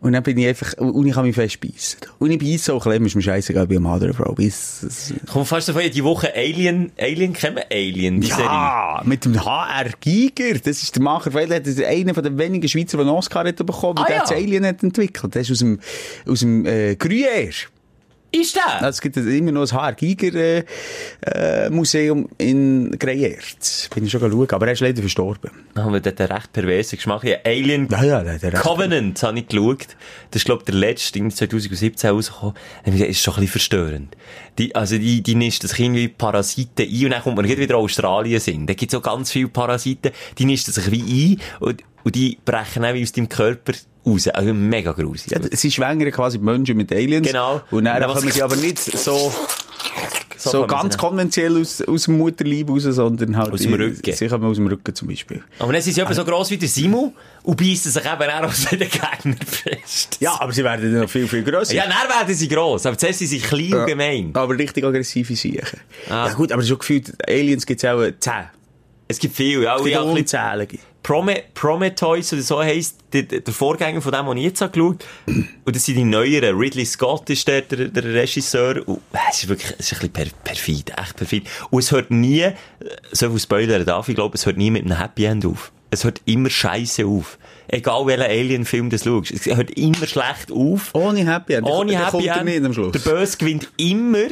Und dann bin ich einfach, und ich kann mich fest beißen. Und ich beiße auch ein bisschen, ist mir scheißegal, bei einem anderen Frau. Bis, Kommt fast davon, die Woche Alien, Alien kennen wir Alien, die Serie. ja, mit dem HR Giger, das ist der Macher, weil er ist einer von den wenigen Schweizer, der einen Oscar hat bekommen, weil Ah, der ja. das Alien hat entwickelt. Der ist aus dem, aus dem, äh, Gruyère. Ist der? Also es gibt immer noch ein HR Giger, äh, äh, Museum in Greyerz. Bin ich schon schauen, aber er ist leider verstorben. Da haben wir dort einen recht perversen Geschmack. Ja, Alien Ja, ja, der, der Covenant habe ich geschaut. Das ist, glaube ich, der letzte, irgendwie 2017 rausgekommen. Dann hab ich gesagt, ist schon ein bisschen verstörend. Die, also, die, die nisten sich irgendwie Parasiten ein und dann kommt man gleich wieder in Australien sind. Da gibt's auch ganz viele Parasiten, die nisten sich wie ein und, und die brechen auch wie aus deinem Körper raus. Also, mega grusig. Ja, sie schwängern quasi die Menschen mit Aliens. Genau. Und dann Und was- kommen sie aber nicht so, So, So kann man ganz sagen. konventionell aus, aus dem Mutterleib raus, sondern halt... Aus dem Rücken. Sie kommen aus dem Rücken zum Beispiel. Aber dann sind sie Also- etwa so gross wie der Simu und beißen sich eben auch auf den Gegner fest. Ja, aber sie werden dann noch viel, viel grösser. Ja, dann werden sie gross. Aber zuerst sind sie klein und Ja. gemein. Aber richtig aggressive Siechen. Ah. Ja gut, aber so gefühlt, Aliens gibt es auch äh, 10. Es gibt viel, ja. Und Die ich habe ein bisschen unzählige. Prome Prometheus oder so heisst der, der Vorgänger von dem, den ich jetzt habe geschaut Und das sind die neueren. Ridley Scott ist der, der, der Regisseur. Und, äh, es ist wirklich es ist ein bisschen per perfid, echt perfid. Und es hört nie, äh, so viel Spoiler darf ich glaube, es hört nie mit einem Happy End auf. Es hört immer scheiße auf. Egal welchen Alien-Film du schaust. Es hört immer schlecht auf. Ohne Happy End. Ohne Da Happy kommt er End. nicht am Schluss. Der Böse gewinnt immer.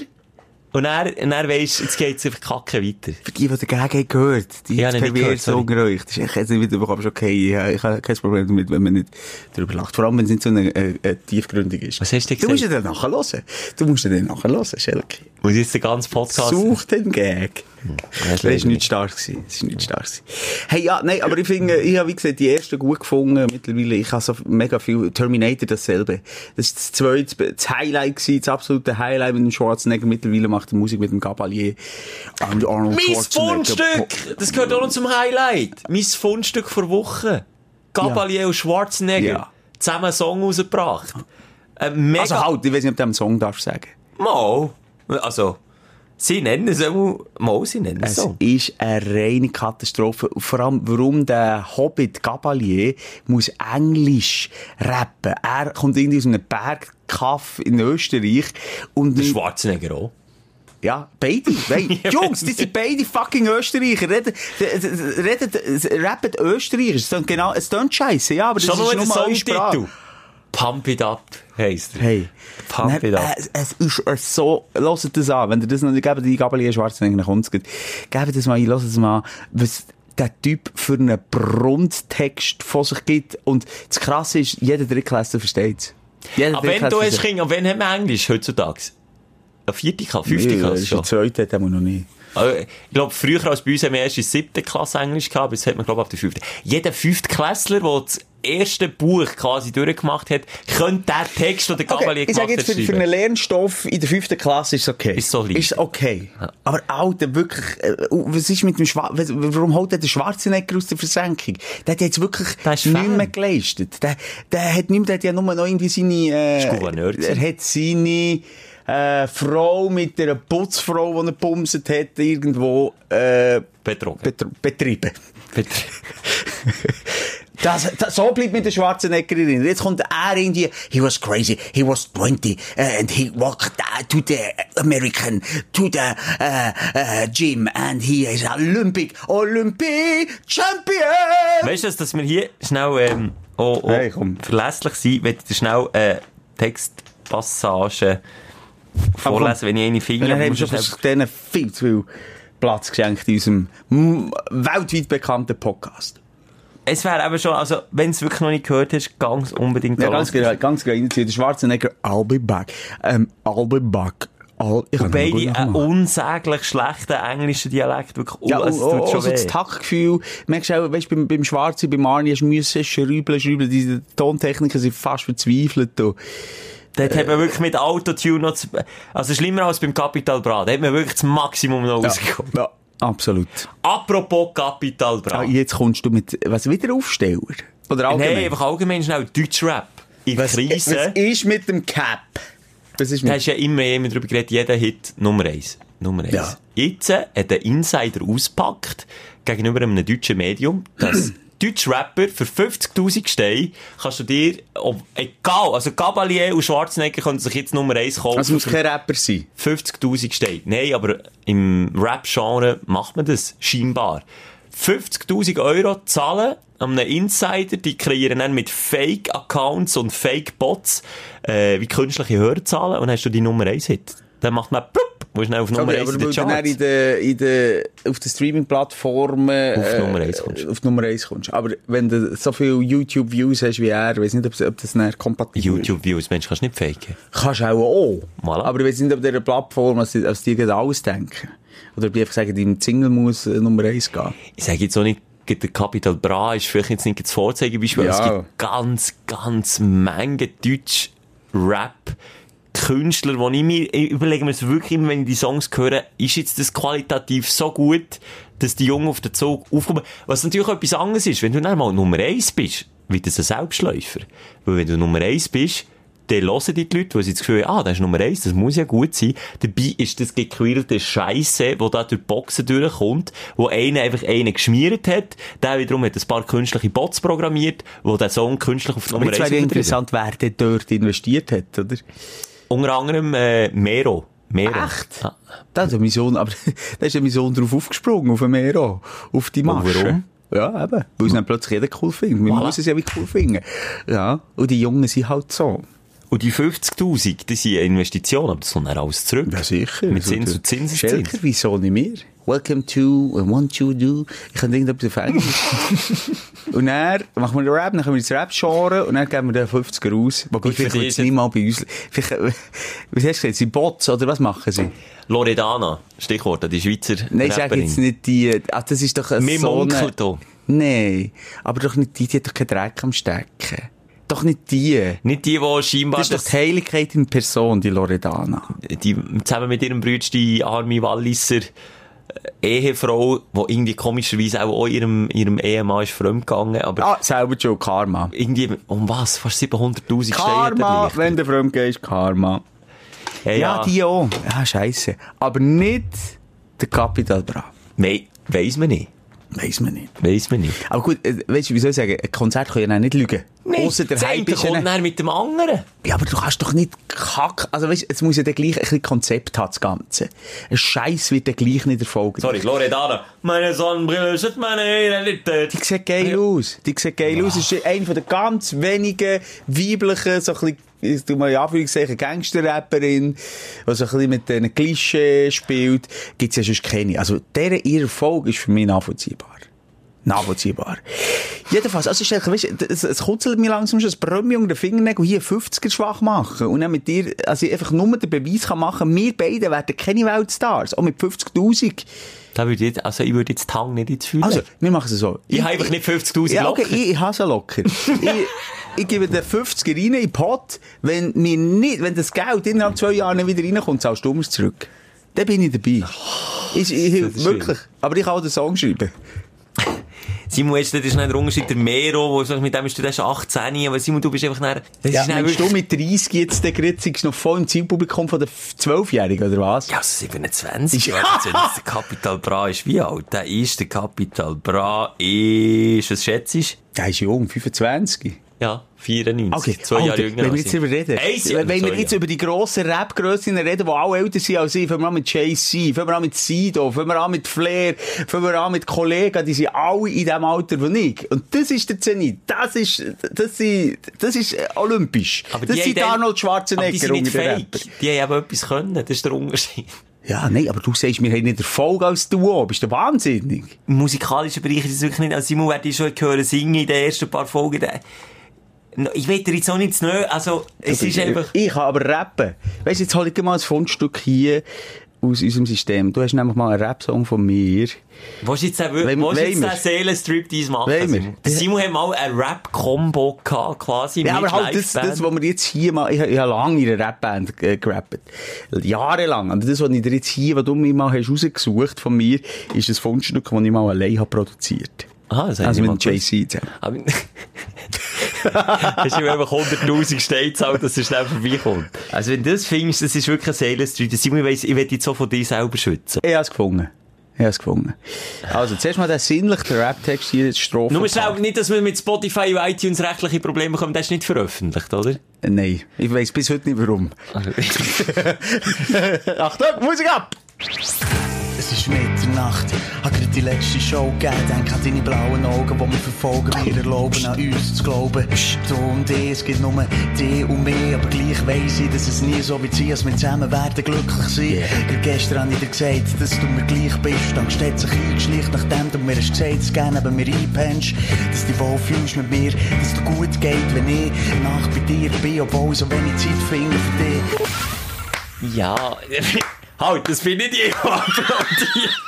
Und er, und er weiss, jetzt geht's einfach kacke weiter. Für die, die dagegen haben gehört, die Ich ja, habe ihn nicht gehört, pervers sorry. so ungeräucht. Das ist echt jetzt nicht mitbekommen, okay, ich habe, ich habe kein Problem damit, wenn man nicht darüber lacht. Vor allem, wenn es nicht so eine äh, äh, tiefgründig ist. Was hast du Du musst gesagt? ihn dann nachher hören. Du musst ihn dann nachher hören, Schelke. Muss ich jetzt den ganzen Podcast... Such den Gag. Hm, das Das leider war nicht. nicht stark. gewesen. Das ist nicht stark. gewesen. Hey, ja, nein, aber ich finde, ich habe, wie gesagt, die ersten gut gefunden. Mittlerweile, ich habe so mega viel. Terminator dasselbe. Das ist das zweite, das Highlight gewesen, das absolute Highlight mit dem Schwarzenegger. Mittlerweile macht er Musik mit dem Gabalier. Arnold Mein Schwarzenegger. Fundstück! Das gehört auch noch zum Highlight. Mein Fundstück vor Woche. Gabalier und Schwarzenegger. Ja. Zusammen einen Song rausgebracht. Ein mega... Also halt, ich weiß nicht, ob du dem Song darfst sagen. Mal. Also, sie nennen es auch... Mal, sie nennen es Es so. ist eine reine Katastrophe. Und Vor allem, warum der Hobbit Gabalier muss Englisch rappen. Er kommt irgendwie aus einem Bergkaff in Österreich und Der Schwarzenegger auch. Ja, beide. [laughs] Nein, Jungs, die sind beide fucking Österreicher. Reden, redet, rappen Österreicher. Es klingt genau, es klingt scheisse, ja, aber das ist Schon nur der nur mal eine Songtitel. Sprache. Pump it up heisst er. Hey. Pump Nein, it up. Es, es ist äh, so, hört das an. Wenn ihr das noch nicht gebt, die Gabriele Schwarzenegger kommt, gebt das mal ein, hört das mal an, was der Typ für einen Grundtext von sich gibt. Und das Krasse ist, jeder Drittklässler versteht es. Aber Ah, wenn du als Kind, ab wann haben wir Englisch heutzutage? Eine vierte Klasse, fünfte Klasse schon. Zweite hat er noch nie. Also, ich glaube, früher als bei uns haben wir erst in der siebten Klasse Englisch gehabt, aber das hat man, glaube ich, ab der fünften. Jeder Fünftklässler, der das erste Buch quasi durchgemacht hat, könnte den Text, den der Gabalier ich gemacht sage hat, jetzt, für, für schreiben. einen Lernstoff in der fünften Klasse ist es okay. Ist so lieb. Ist okay. Aber Alter, wirklich, äh, was ist mit dem Schwa was- warum holt der den Schwarzenegger aus der Versenkung? Der hat jetzt wirklich Der ist nichts Fan. mehr geleistet. Der, der hat nicht mehr, der hat ja nur noch irgendwie seine, Ist äh, Gouverneur gewesen. er hat seine, äh, Frau mit der Putzfrau, die er bumset hat, irgendwo, äh, Betrogen. betr betrieben. Bet- [laughs] Das, das, so bleibt mir der Schwarzenegger in Erinnerung. Jetzt kommt er irgendwie, he was crazy, he was 20, uh, and he walked uh, to the American, to the uh, uh, gym, and he is Olympic, Olympic Champion! Weißt du, dass- dass wir hier schnell ähm, oh, oh, Hey, komm. verlässlich sind, wenn ich dir schnell äh, Textpassagen vorlesen, wenn ich eine finde. Wir aber Ah, haben muss schon ich fast denen viel zu viel Platz geschenkt in unserem m- weltweit bekannten Podcast. Es wäre eben schon, also, wenn du es wirklich noch nicht gehört hast, ganz unbedingt Ja, da ganz lassen. genau, ganz genau. Der Schwarzenegger, I'll be back. Ähm, I'll be back. All, ich kann ihn gut Beide einen nachmachen. unsäglich schlechten englischen Dialekt, wirklich, oh, Ja, es und, tut und, schon also das weh. Taktgefühl, merkst du auch, weißt, beim, beim Schwarzen, beim Arni, hast du müssen schrübeln, schrübeln, die Tontechniker sind fast verzweifelt. Du. Äh. Dort hat man wirklich mit Autotune noch, zu, also schlimmer als beim Capital Bra, da hat man wirklich das Maximum noch rausgekommen. ja, absolut. Apropos Capital Bra. Ah, jetzt kommst du mit, was, wieder Aufsteller? Oder allgemein? Nein, einfach allgemein schnell Deutschrap. In was, was Krise. ist mit dem Cap? Was ist Da mit hast du ja immer jemand drüber geredet, jeder Hit Nummer eins. Nummer eins. Ja. Jetzt äh, hat der Insider auspackt, gegenüber einem deutschen Medium, [clears throat] dass deutsche Rapper für 50.000 Steine kannst du dir, ob, egal, also Gabalier und Schwarzenegger können sich jetzt Nummer eins kaufen. Also muss für kein Rapper sein. 50.000 steht. Nein, aber im Rap-Genre macht man das scheinbar. 50.000 Euro zahlen an einen Insider, die kreieren dann mit Fake-Accounts und Fake-Bots äh, wie künstliche Hörzahlen und dann hast du die Nummer 1 Hit. Dann macht man plupp, musst schnell auf Nummer Okay, 1 aber in den weil du dann in Charts. der, in der, auf den Streaming-Plattformen Auf äh, Nummer eins kommst. auf Nummer eins kommst. Aber wenn du so viele YouTube-Views hast wie er, weiß nicht, ob, ob das dann kompatibel ist. YouTube-Views, Mensch, kannst du nicht faken. Kannst du auch. auch. Voilà. Aber ich weiß nicht, ob dieser Plattform, als die, als die gerade alles denken. Oder ob die einfach sagen, dein Single muss äh, Nummer 1 gehen. Ich sage jetzt auch nicht, der Capital Bra ist vielleicht jetzt nicht das Vorzeigebeispiel, aber Ja. es gibt ganz, ganz Menge deutsch Rap Künstler, wo ich mir, ich überlege mir es wirklich immer, wenn ich die Songs höre, ist jetzt das qualitativ so gut, dass die Jungen auf den Zug aufkommen. Was natürlich auch etwas anderes ist, wenn du dann mal Nummer eins bist, wird das ein Selbstläufer. Weil wenn du Nummer eins bist, dann hören die Leute, weil sie das Gefühl haben, ah, das ist Nummer eins, das muss ja gut sein. Dabei ist das gequirlte Scheisse, wo da durch die Boxen durchkommt, wo einer einfach einen geschmiert hat, der wiederum hat ein paar künstliche Bots programmiert, wo der Song künstlich auf die Aber Nummer jetzt 1 wäre ja interessant, wer denn dort investiert hat, oder? Unter anderem äh, Mero. Mero. Echt? Ja. Da ist ja mein Sohn, aber [laughs] da ist ja mein Sohn drauf aufgesprungen, auf dem Mero, auf die Masche. warum? Ja, eben. Weil es dann plötzlich jeder cool findet. Man Voilà. muss es ja wie cool finden. Ja. Und die Jungen sind halt so. Und die 50'000, das sind Investitionen, aber das kommt dann alles zurück. Ja, sicher. Mit So Zins der und Zins und Schelker, Zins. wieso nicht mehr? Welcome to, I want you to. Ich kann irgendetwas auf Englisch. und dann machen wir den Rap, dann können wir das Rap scharen und dann geben wir den 50er raus. Wobei, Gut, für vielleicht die wird es ist- nicht mal bei uns, vielleicht, äh, was hast du gesagt, sind Bots oder was machen sie? Loredana, Stichwort, die Schweizer Nein, ich sag Rapperin. jetzt nicht die, ah, das ist doch ein Wir so eine- munkeln hier. Nein, aber doch nicht die, die hat doch keinen Dreck am Stecken. Doch nicht die. eh. Nicht die, die scheinbar Das ist doch die Heiligkeit in Person, die Loredana. die, zusammen mit ihrem Bruder, die arme Walliser äh, Ehefrau, die irgendwie komischerweise auch, auch ihrem, ihrem Ehemann ist fremdgegangen, aber Ah, selber schon Karma. irgendwie, um was? Fast 700'000 Karma, Steine wenn du fremd gehst, Karma. hey, Ja, die auch. Ja, scheiße. Aber nicht der Capital Bra. Nein, weiss man nicht. Weiss man nicht. Weiss man nicht. Aber gut, äh, weißt du, wie soll ich sagen, ein Konzert kann ja dann nicht lügen. Ausser der das eine Hype ist ja kommt dann- nachher mit dem anderen. Ja, aber du kannst doch nicht kack. Also weißt, es muss ja dann gleich ein bisschen Konzept haben, das Ganze. Ein Scheiß wird dann gleich nicht erfolgen. Sorry, Loredana. Meine Sonnenbrille schützt meine Realität. Die sieht geil aus. Die sieht geil aus. Das ist einer von den ganz wenigen weiblichen, so ein bisschen, ich tu mal in Anführungszeichen, Gangster-Rapperin, die so ein bisschen mit diesen Klischee spielt. Gibt's ja sonst keine. Also, deren ihr Erfolg ist für mich nachvollziehbar. Nachvollziehbar. Jedenfalls, also stell weißt, es, es kutzelt mir langsam schon das Brömmchen unter den Fingernägeln hier 50er schwach machen. Und dann mit dir, also ich einfach nur den Beweis kann machen, wir beide werden keine Weltstars. Auch mit 50.000. Da würde ich, jetzt- also ich würde jetzt die Hang nicht ins Feuer. Also, wir machen es so. ich habe einfach nicht 50'000 Ja, okay, locker. ich, ich habe sie locker. ich, ich gebe den 50er rein in den Pot. Wenn, mir nicht, wenn das Geld innerhalb zwei Jahren nicht wieder reinkommt, zahlst du mir zurück. Dann bin ich dabei. Ich, ich, das ist wirklich. schwierig. Aber ich kann auch den Song schreiben. Simon, jetzt, das ist nicht der Unterschied, der Mero, wo, du sagst, mit dem bist du erst 18, aber Simon, du bist einfach nachher, das Ja, ist nachher meinst du wirklich- mit 30 jetzt den Gritzig noch voll im Zielpublikum von den 12-Jährigen, oder was? Ja, also 27. Ja. Der Capital Bra ist wie alt? Der ist der Capital Bra ist, was schätzt du? Der ist jung, 25. Ja, 94. Okay, zwei Jahre Alter, jünger Wenn wir als jetzt ich. darüber reden, Eins Jahr, wenn wenn wir zwei jetzt Jahre. über die grossen Rap-Grössinnen reden, die alle älter sind als ich, fangen wir an mit JC, fangen wir an mit Sido, fangen wir an mit Flair, fangen wir an mit Kollegen, die sind alle in dem Alter wie ich. Und das ist der Zenit, das ist, das sind, das ist äh, olympisch. das haben sind dann- Arnold Schwarzenegger aber die sind nicht unter den fake. Rappern. Die haben eben etwas können. Das ist der Unterschied. Ja, nein, aber du sagst, wir haben nicht Erfolg als Duo, bist du wahnsinnig. Im musikalischen Bereich ist es wirklich nicht, also Simon, wer die schon gehört singen in den ersten paar Folgen, der, No, ich will dir jetzt auch nicht zu nahe, also, es ist ich, einfach, Ich kann aber rappen. Weißt du, jetzt hol ich dir mal ein Fundstück hier aus unserem System. Du hast nämlich mal einen Rap-Song von mir. willst du jetzt den, Wem- willst du jetzt wem den ist- Seelenstrip-Dies Wem machen? Simon? ist- Der Also, Simon hat mal ein Rap-Combo gehabt, quasi, Ja, mit aber halt, das, Liveband. das, was wir jetzt hier mal, ich, ich habe lange in einer Rapband äh, gerappt. Jahrelang. Und das, was ich dir jetzt hier, was du mir mal hast rausgesucht von mir, ist ein Fundstück, das ich mal allein habe produziert. Aha, Ah, das Also habe ich mit mal JC zusammen. Aber [laughs] Hast du einfach 100.000 Steine zahlt, dass er schnell vorbeikommt. Also wenn du das findest, das ist wirklich ein Seelenstreit. Simon, ich weiss, ich will dich so von dir selber schützen. Ich habe es gefunden. Ich habe es gefunden. Also, zuerst mal den sinnlichen Raptext hier, die Strophe. Nur schnell, nicht, dass wir mit Spotify und iTunes rechtliche Probleme bekommen, das ist nicht veröffentlicht, oder? Äh, Nein, ich weiß bis heute nicht warum. [laughs] Achtung, Musik ab! Es ist Mitternacht, hat gerade die letzte Show gegeben. Denk an deine blauen Augen, die mich verfolgen. Wir erlauben an uns zu glauben. Du und ich, es gibt nur die und mich. Aber gleich weiss ich, dass es nie so wird sein, als wir zusammen werden glücklich sein. Gerade Gestern habe ich dir gesagt, dass du mir gleich bist. Dann steht sich eingeschlichen, nachdem du mir hast gesagt, dass du gerne neben mir einpennst. Dass du dich wohlfühlst mit mir, dass es dir gut geht, wenn ich Nacht bei dir bin, obwohl ich so wenig Zeit finde für dich. [laughs] Ja. halt, das bin nicht ich, der applaudiert.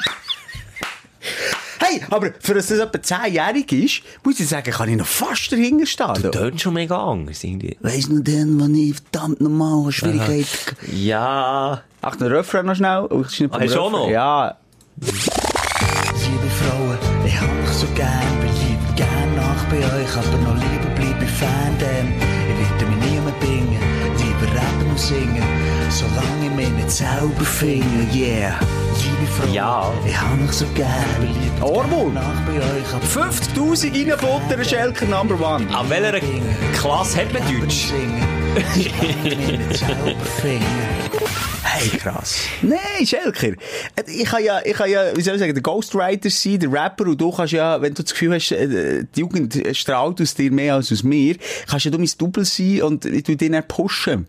Hey, aber für dass das etwa 10-jährig ist, muss ich sagen, kann ich noch fast dahinter stehen. Tönt schon mega anders, irgendwie. Weißt du denn, wann ich verdammt normal Schwierigkeiten... Ja. Ach, den Refrain noch schnell. Oh, ist nicht Ah, vom ist auch Refrain. noch? Ja. Liebe Frauen, ich hab mich so gern, bin lieb gern nach bei euch, aber noch lieber bleib ich Fan, denn ich werde mich niemand bingen, lieber rappen und singen, solange ich mich nicht selber finde, yeah. Liebe Frauen, Ja. ich hab mich so gern, bin lieb Ohrwurm. gern nach bei euch, aber 50'000 reinbuttern, Schelker Number One. An welcher Klasse hat man rappen und Deutsch? singen, solange ich mich nicht selber finde. Hey, krass. Nein, Schelker. Äh, Ich kann ja, ich kann ja, wie soll ich sagen, der Ghostwriter sein, der Rapper, und du kannst ja, wenn du das Gefühl hast, äh, die Jugend strahlt aus dir mehr als aus mir, kannst ja du mein Double sein und ich tu dich dann pushen.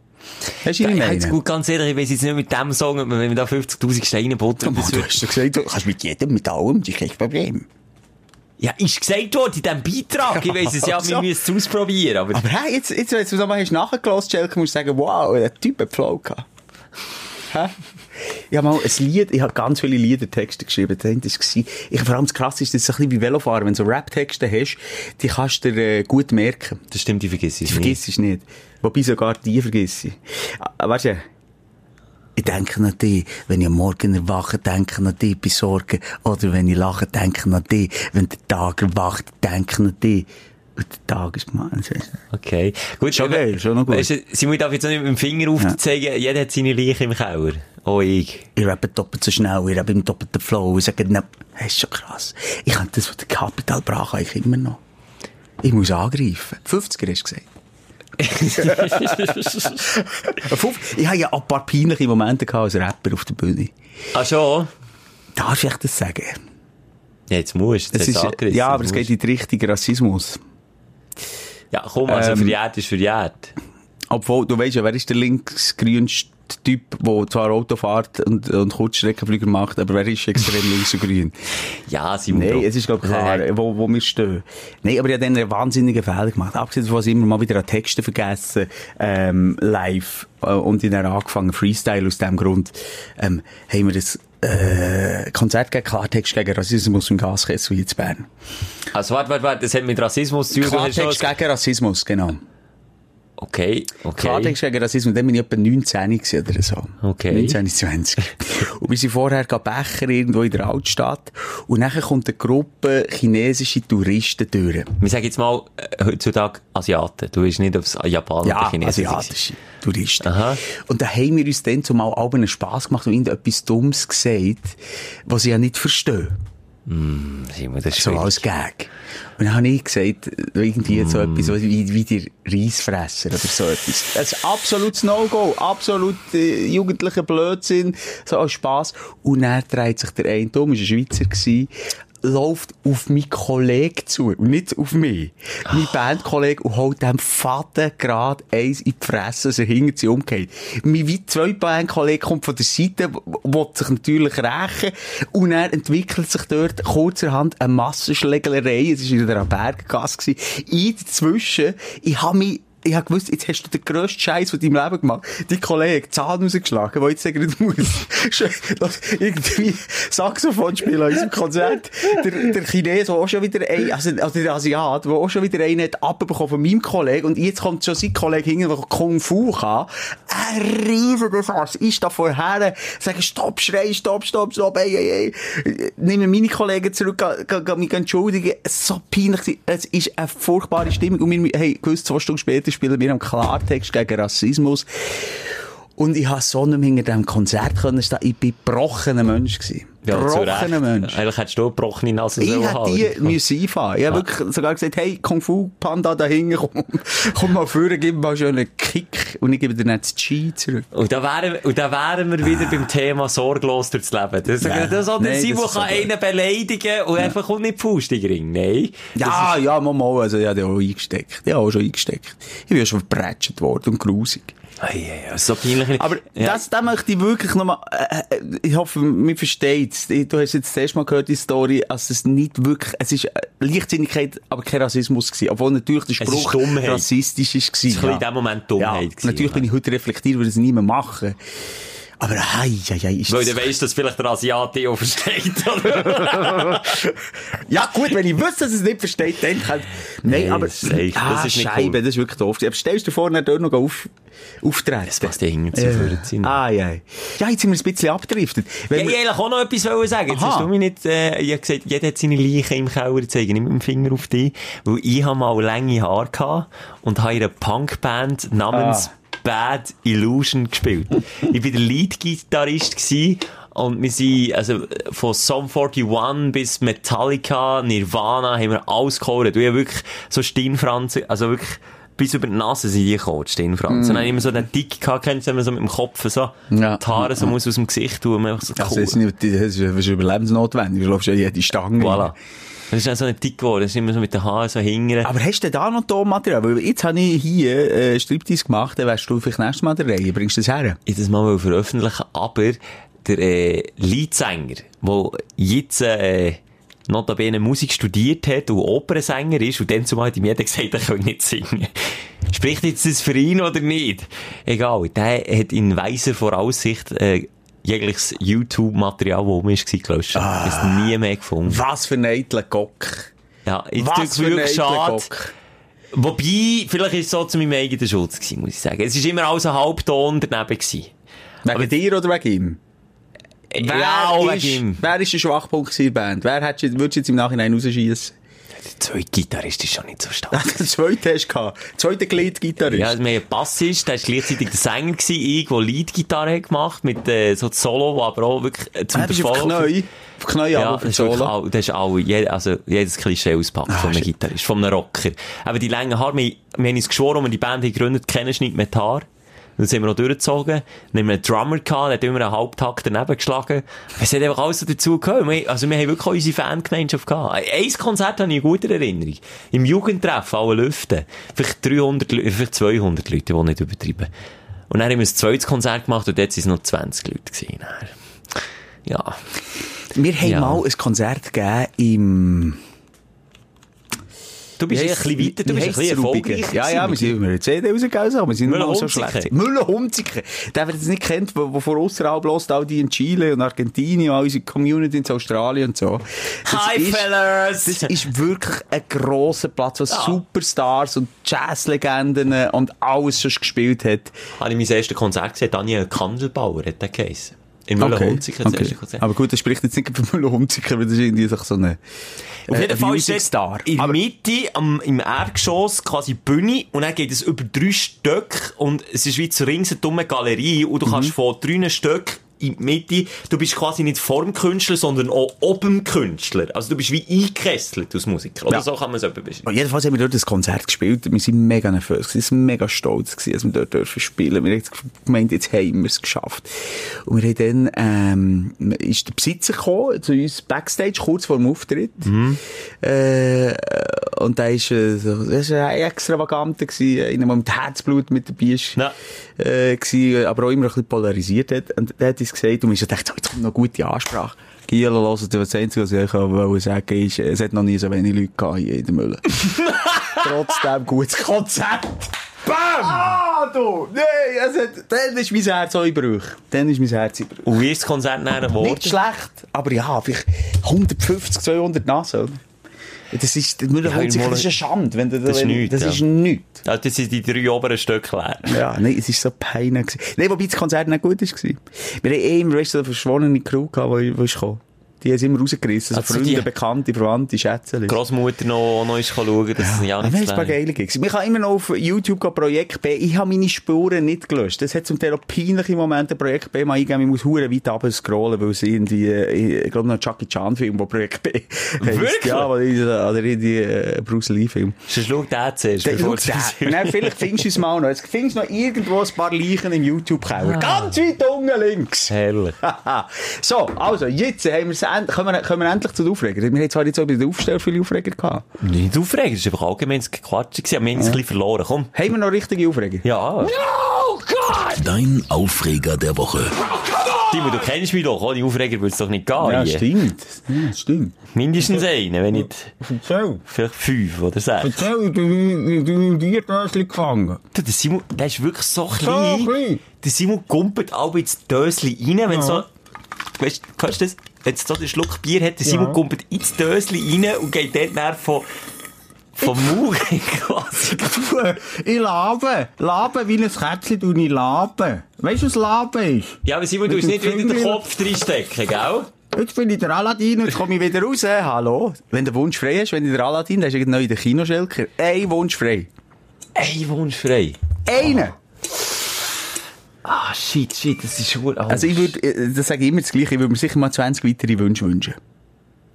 Hast du, was ich Ja, jetzt meine? gut, ganz ehrlich, ich weiß jetzt nicht mit dem Song, ob man- wenn wir da 50.000 Steine buttern, das Du wird... hast doch gesagt, du kannst mit jedem, mit allem, das ist kein Problem. Ja, ist gesagt worden in diesem Beitrag. Ich weiss es [laughs] ja, wir Also. müssen es ausprobieren, aber... Aber hey, jetzt, jetzt, jetzt, wenn du nochmal hast nachgelost, Schelke, musst du sagen, wow, der Typ hat Flow gehabt. Hä? Ich habe mal ein Lied, ich habe ganz viele Liedertexte geschrieben. Das eine war, ich, vor allem das Krasse ist, das ist ein bisschen wie Velofahren. Wenn du so Rap-Texte hast, die kannst du dir äh, gut merken. Das stimmt, ich vergesse es Die vergisst es nicht. Wobei sogar die vergesse ich. Ah, Weißt du, Ich denke an dich, wenn ich am Morgen erwache, denke an dich bei Sorgen. Oder wenn ich lache, denke an dich. Wenn der Tag erwacht, denke an dich. Und der Tag ist gemein. Okay. Gut, Schon aber- geil, schon noch gut. Weisst du, Simon darf jetzt noch nicht mit dem Finger aufzeigen. Jeder hat seine Leiche im Keller. [laughs] Oh, ich. Ich rappe doppelt so schnell, ich rappe im doppelten Flow. Ich sage, ne, hey, ist schon krass. Ich habe dus das, was der Kapital brach, eigentlich immer noch. ich muss angreifen. 50er hast du [laughs] gesagt. Fünf- ich habe ja auch ein paar peinliche Momente gehabt als Rapper auf der Bühne. Ah, schon? Darf ich das sagen? Ja, jetzt musst du. Es Jetzt ist, hast du angerissen. eh, ja, aber es Jetzt geht in die Richtung Rassismus. musst- Ja, komm, also Ähm, verjährt ist verjährt. Obwohl, du weißt ja, wer ist der linksgrünste Typ, der zwar Auto fährt und, und Kurzstreckenflüger macht, aber wer ist extrem links und grün? Ja, Simon. Nein, Bruch. es ist, glaub ich, klar, Nein. wo, wo wir stehen. Nein, aber ich habe dann einen wahnsinnigen Fehler gemacht. Abgesehen davon, dass ich immer mal wieder an Texte vergessen, ähm, live, äh, und ich dann angefangen, Freestyle aus dem Grund, ähm, haben wir das, äh, Konzert gegen Klartext gegen Rassismus im Gaskessel hier zu Bern. Also, warte, warte, warte, das hat mit Rassismus zu tun. du hast Klartext schon- gegen Rassismus, genau. Okay, okay. Klartext gegen Rassismus, dann bin ich etwa 19 gewesen oder so. Okay. 19, [laughs] 20. und wir sind vorher gerade Becher irgendwo in der Altstadt und nachher kommt eine Gruppe chinesische Touristen durch. Wir sagen jetzt mal, äh, heutzutage Asiaten. Du weißt nicht, ob es Japaner Ja, oder Chinesen asiatische Touristen. Aha. Und da haben wir uns dann zumal auch einen Spass gemacht und irgendetwas Dummes gesagt, was ich ja nicht verstehe. sind. Simon, das ist So schwierig. Also als Gag. Und dann habe ich gesagt, irgendwie so etwas, wie, wie der Reisfresser oder so etwas. Das ist absolutes No-Go, absolut äh, jugendlicher Blödsinn, so als Spass. Und dann dreht sich der eine um, ist ein Schweizer gewesen, läuft auf meinen Kollegen zu, und nicht auf mich. Mein Bandkollege und holt dem Faden gerade eins in die Fresse, also hinter sie umgeht. Mein wie zwei Bandkollege kommt von der Seite, w- will sich natürlich rächen, und er entwickelt sich dort kurzerhand eine Massenschlägerei, es war in der Berggasse, gewesen. ich dazwischen, ich habe mich ich hab gewusst, jetzt hast du den grössten Scheiß von deinem Leben gemacht. Dein Kollege, Zahn rausgeschlagen, der jetzt sagen muss, [laughs] schön, dass irgendwie Saxophon spielen an unserem Konzert. Der, der Chines, der auch schon wieder ein, also, also der Asiat, der auch schon wieder einen hat abbekommen von meinem Kollegen und jetzt kommt schon sein Kollege hinten, der Kung Fu kann. Ein riesiger Fass. Ich stehe vorher, sage, stopp, schrei, stopp, stopp, stopp, ey, ey, ey. Nehme meine Kollegen zurück, geh- geh- geh mich entschuldigen. Es war so peinlich. gewesen. Es ist eine furchtbare Stimmung und wir haben gewusst, zwei Stunden später spielen wir am Klartext gegen Rassismus. Und ich habe so nicht mehr hinter diesem Konzert können stehen. Ich bin gebrochener Mensch gewesen. Ja, zu gebrochener Recht. Mensch. Eigentlich hättest du eine gebrochene Nase Ich sollen hätte haben. die müssen einfahren. Ich habe wirklich sogar gesagt, hey, Kung Fu Panda da hinten, komm, [laughs] komm mal vorne, gib mir mal schon einen Kick und ich gebe dir dann das Chi zurück. Und da wären, und da wären wir wieder beim Thema sorglos durchs Leben. Das, Ja. das oder Ah. Nein, Simon das ist kann so blöd. einen beleidigen und einfach kommt nicht die Faust in den Ring. Nein. Ja, ja, mal, mal, also ich habe den auch eingesteckt. Ich habe auch schon eingesteckt. Ich bin ja schon verbrätscht worden und grusig. Ei, ei, ei, so peinlich. Aber ja. das, da möchte ich wirklich nochmal, äh, äh, ich hoffe, man versteht's. Du hast jetzt das erste Mal gehört, die Story, also es nicht wirklich, es ist äh, Leichtsinnigkeit, aber kein Rassismus gewesen. Obwohl natürlich der ist Spruch Dummheit. rassistisch ist gewesen. Es ist ein bisschen in dem Moment Dummheit gewesen, Natürlich ja. bin ich heute reflektiert, würde es niemand machen. Aber hei, hei, hei, ist Weil das... du weißt, dass vielleicht der Asiate auch versteht, oder? [laughs] Ja gut, wenn ich wüsste, dass es nicht versteht, dann kann... Nein, Nee, aber... safe, das ah, ist nicht Scheibe, cool. das ist wirklich doof. Aber stellst du vor, dann dort noch auf, auftreten. Das Was die hinten zu sind. Ah, ja. Ja, jetzt sind wir ein bisschen abgedriftet. Ja, Wenn ich wir- wollte eigentlich auch noch etwas wollen sagen. Jetzt Aha. hast du mich nicht, äh, ich hab gesagt, jeder hat seine Leiche im Keller gezeigt, nicht mit dem Finger auf dich. Weil ich hab mal lange Haare gehabt und habe in einer Punkband Ah. namens Bad Illusion gespielt. ich war der Lead-Gitarrist gewesen und wir sind, also, von Sum 41 bis Metallica, Nirvana, haben wir alles gehört. Wir haben wirklich so Stirnfranzen, also wirklich, bis über die Nase sind die gekommen, die Stirnfranzen. Und dann hab ich immer so einen Dick gehabt, kennst du, wenn man so mit dem Kopf so, Mm. Ja. die Haare so muss aus dem Gesicht tun, man einfach so Also, cool. das ist, nicht, das ist das ist überlebensnotwendig. Du läufst ja jede Stange. Voilà. Das ist dann so ein Tick geworden, das ist immer so mit den Haaren so hingern. Aber hast du denn da noch Tonmaterial? Weil jetzt habe ich hier äh, Striptease gemacht, dann wärst du vielleicht nächstes Mal der Reihe. Bringst du das her? Ich das mal wollte veröffentlichen, aber der äh, Leadsänger, der jetzt äh, notabene Musik studiert hat und Opernsänger ist, und dann zumal hat ihm jeder gesagt, er könne nicht singen. Spricht jetzt das für ihn oder nicht? Egal, der hat in weiser Voraussicht äh, jegliches YouTube-Material, das um ist, glaube ich, ah. ist nie mehr gefunden. Was für ein eitler Gock. Ja, jetzt Was tut's für ein wirklich eitler schade. Gock. Wobei, vielleicht ist es so zu meinem eigenen Schutz gewesen, muss ich sagen. Es ist immer alles ein Halbton daneben gewesen. Wegen dir oder wegen ihm? ja, auch ist, wegen ihm. Wer ist der Schwachpunkt gewesen in der Band? Wer hättest du- würdest du jetzt im Nachhinein rausschießen? [laughs] Der zweite Gitarrist ist schon nicht so stark. Den zweiten hast du gehabt. Zweiter Glied-Gitarrist. [laughs] Ja, also wir haben einen Bassist, der war gleichzeitig der Sänger gewesen, ich, der Leadgitarre hat gemacht, mit, äh, so Solo, aber auch wirklich äh, zum Dann bist du auf Verfolgen. Knäu. Auf Knäu Ja, ja, das für ist, wirklich Solo. Ah, all, das ist all, je, also jedes Klischee auspackt von einem shit. Gitarrist, von einem Rocker. Aber die langen Haare, wir, wir haben uns geschworen, als wir die Band haben gegründet haben, kennen nicht mehr die Haare. Dann sind wir noch durchgezogen. Dann haben wir einen Drummer gehabt, der hat immer einen Halbtakt daneben geschlagen. Es hat einfach alles so dazu gehört. Wir, also wir haben wirklich auch unsere Fangemeinschaft gehabt. Ein Konzert habe ich in guter Erinnerung. Im Jugendtreff, alle Lüften. Vielleicht 300 Leute, vielleicht 200 Leute, die nicht übertreiben. Und dann haben wir ein zweites Konzert gemacht und dort waren es noch 20 Leute. Gewesen. Dann- Ja. Wir haben Ja. mal ein Konzert gegeben im... Du bist ein bisschen weiter, du bist ein bisschen erfolgreicher. Ja, ja, wir gewesen. sind über eine CD rausgegangen, aber Also, wir sind Müller noch so Hunziker. schlecht. Müller-Humziker. Der, der das nicht kennt, der von ausserhalb los, all die in Chile und Argentinien, all unsere Community in Australien und so. Das Hi, ist- fellas! Das ist wirklich ein grosser Platz, wo Ah. Superstars und Jazzlegenden und alles schon gespielt hat. Habe ich mein erstes Konzert gesehen, Daniel Kandelbauer hat den Case. In Müller-Hunzig hat das erste Konzert. Aber gut, das spricht jetzt nicht für Müller-Humziker, weil das ist irgendwie so eine... Auf jeden Fall ist jetzt Musikstar. in der äh, Aber- Mitte, am, im Erdgeschoss, quasi Bühne, und dann geht es über drei Stöcke, und es ist wie zu rings eine dumme Galerie, und Mhm. du kannst von drei Stöcken in die Mitte, du bist quasi nicht vorm Künstler, sondern auch oben Künstler. Also du bist wie eingekesselt als Musiker. Oder Ja. so kann man es etwa beschreiben. Und Oh, jedenfalls haben wir dort ein Konzert gespielt. Wir sind mega nervös. gewesen. Wir sind mega stolz, gewesen, dass wir dort dürfen spielen. Wir haben jetzt gemeint, jetzt haben wir es geschafft. Und wir haben dann, ähm, ist der Besitzer gekommen, zu uns Backstage, kurz vor dem Auftritt. Äh, und da ist, äh, so- das war ein Extravaganter gewesen, einer, der mit Herzblut mit dabei ist. Ja. Äh, gewesen, aber auch immer ein bisschen polarisiert hat. Und der hat uns gesagt, und wir haben gedacht, so, jetzt kommt noch gute Ansprache. Giel, los, das Einzige, was ich wollte sagen, ist, es hat noch nie so wenige Leute gehabt hier in eh, der [laughs] Mülle. Trotzdem gutes Konzept. Bam! Ah, du! Nein, es hat, dann ist mein Herz auch in Bruch. Dann ist mein Herz in Bruch. Und wie ist das Konzert nachher geworden? Nicht schlecht, aber ja, vielleicht 150, 200 Nasen. oder? Das ist, das Ja, ist mal- eine Schande. Wenn du, Das ist wenn, nichts, Das ja. ist nichts. Also, das sind die drei oberen Stöcke leer. Ja, Ah, nein, es ist so peinlich. gewesen. Nein, wobei das Konzert nicht gut war. Wir haben eh im Rest so eine verschwundene Crew gehabt, die, die ist gekommen. Die haben es immer rausgerissen. Also Also Freunde, die- Bekannte, Verwandte, Schätzchen. Großmutter noch, auch noch ist schauen, dass es ja Ah, nicht wir haben ein paar geile Gigs. Man kann immer noch auf YouTube gehen, Projekt B. Ich habe meine Spuren nicht gelöscht. Das hat zum Teil auch peinliche Momente. Projekt B mal eingeben. Ich muss hure weit runter scrollen, weil sie irgendwie, äh, ich glaube noch ein Jackie Chan Film, wo Projekt B [laughs] heisst. Wirklich? Ja, weil ich, oder irgendwie äh, Bruce Lee Film. Sonst schau den zuerst, Dann bevor schau den. Und dann vielleicht findest du es mal noch. Jetzt findest du noch irgendwo ein paar Leichen im YouTube-Keller. Ganz weit unten links. Herrlich. Haha. [laughs] so, also, jetzt haben wir's end können, wir, können wir endlich zu den Aufregern. Wir haben zwar jetzt auch bei den Aufstellern viele Aufreger gehabt. Nicht aufregen, das war einfach allgemein ein Quatsch. gewesen. Wir haben es ein bisschen verloren, komm. Haben wir noch richtige Aufreger? Ja. Dein Aufreger der Woche. Timo, du kennst mich doch, ohne Aufreger würde es doch nicht gehen. ja, hier. stimmt. Ja, [laughs] stimmt. Mindestens einen, wenn nicht Erzähl. vielleicht fünf oder sechs. Erzähl, du, wie du Diertöschen gefangen. Du, der Simon, der ist wirklich so klein. klein. Der Simon gumpelt alle ins Dösli rein, wenn so, Ja. weißt, kannst du das? Wenn es so den Schluck Bier hat, der Simon gumpelt ins Dösli rein und geht dort dann von, vom Mauer [laughs] quasi. Ich labe. Labe wie ein Kätzchen, du ich labe. Weißt du, was labe ist? Ja, aber Simon, du musst dem nicht wieder den Finger. Kopf reinstecken, gell? Jetzt bin ich der Aladdin, jetzt komme ich wieder raus. Äh, Hallo? Wenn der Wunsch frei ist, wenn ich der Aladdin, dann ist neu in der Kinoschelker. Ein Wunsch frei. Ey, Wunsch frei. Einen! Ah, shit, shit, das ist schon Also ich würde, äh, das sage ich immer das Gleiche, ich würde mir sicher mal 20 weitere Wünsche wünschen.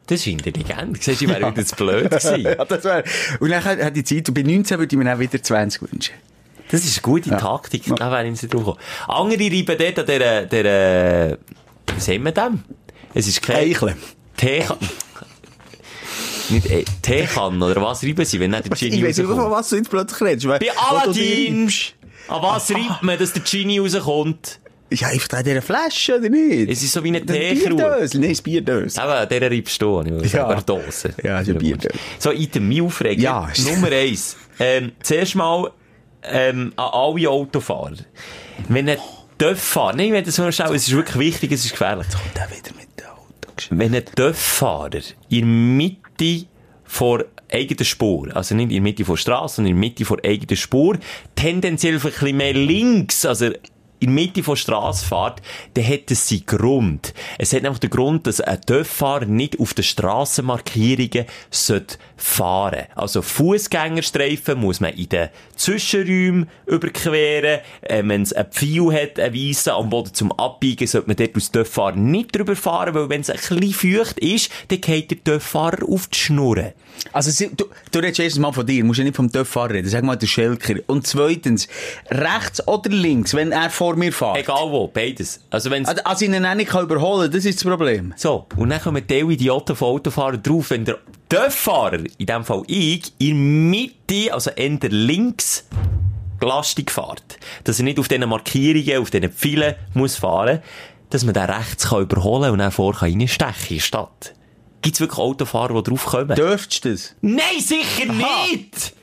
Das ist intelligent. Du siehst, ich wäre wieder zu blöd [laughs] [laughs] gewesen. das wäre... Und dann hat die Zeit, und bei 19 würde ich mir dann wieder 20 wünschen. Das ist eine gute Ja. Taktik. Da wäre ich nicht drauf gekommen. Andere reiben dort an dieser, dieser, wie sehen wir dem? Es ist kein... Eicheln. Teekan... Nicht e Teekan, oder was reiben sie, wenn nicht der Ich Genie weiß nicht, von rauskommt? was du jetzt plötzlich redest. weil- Bei wo du dir- Aladdin! An was reibt man, dass der Genie rauskommt? Ja, einfach an dieser Flasche, oder nicht? Es ist so wie eine Das Teekrug. Bierdösel, nein, das Bierdösel. Eben, der reibst du, ich muss Ja. sagen, Dose. Ja, ist ein Bier. So, Item, mein Aufreger. Ja. Nummer eins. Ähm, zuerst mal, ähm, an alle Autofahrer. Wenn er darf fahren, nein, wenn das so schnell, es ist wirklich wichtig, es ist gefährlich. Und dann wieder mit dem Auto. Wenn ein Dörffahrer in der Mitte vor eigener Spur, also nicht in der Mitte vor Straße, sondern in der Mitte vor eigener Spur, tendenziell ein bisschen mehr links, also in der Mitte von Straße fährt, dann hat es seinen Grund. Es hat nämlich den Grund, dass ein Dörffahrer nicht auf den Strassenmarkierungen sollte fahren. Also Fußgängerstreifen muss man in den Zwischenräumen überqueren. Äh, wenn es ein Pfeil hat, ein Weissen am Boden zum Abbiegen, sollte man dort als Dörffahrer nicht drüber fahren, weil wenn es ein bisschen feucht ist, dann geht der Dörffahrer auf die Schnurren. Also, sie- du, du redest erstens mal von dir, musst ja nicht vom Töpffahrer reden, sag mal der Schelker. Und zweitens, rechts oder links, wenn er vor mir fährt. Egal wo, beides. Also wenn's Also, also ich ihn auch nicht kann überholen das ist das Problem. So, und dann kommen die Idioten von Autofahrern drauf, wenn der Dörffahrer, in dem Fall ich, in Mitte, also eher links, gelastig fährt, dass er nicht auf diesen Markierungen, auf diesen Pfeilen muss fahren, dass man den rechts kann überholen und dann vor kann reinstechen in die Stadt. Gibt's wirklich Autofahrer, die drauf kommen? Dürftest du das? Nein, sicher nicht!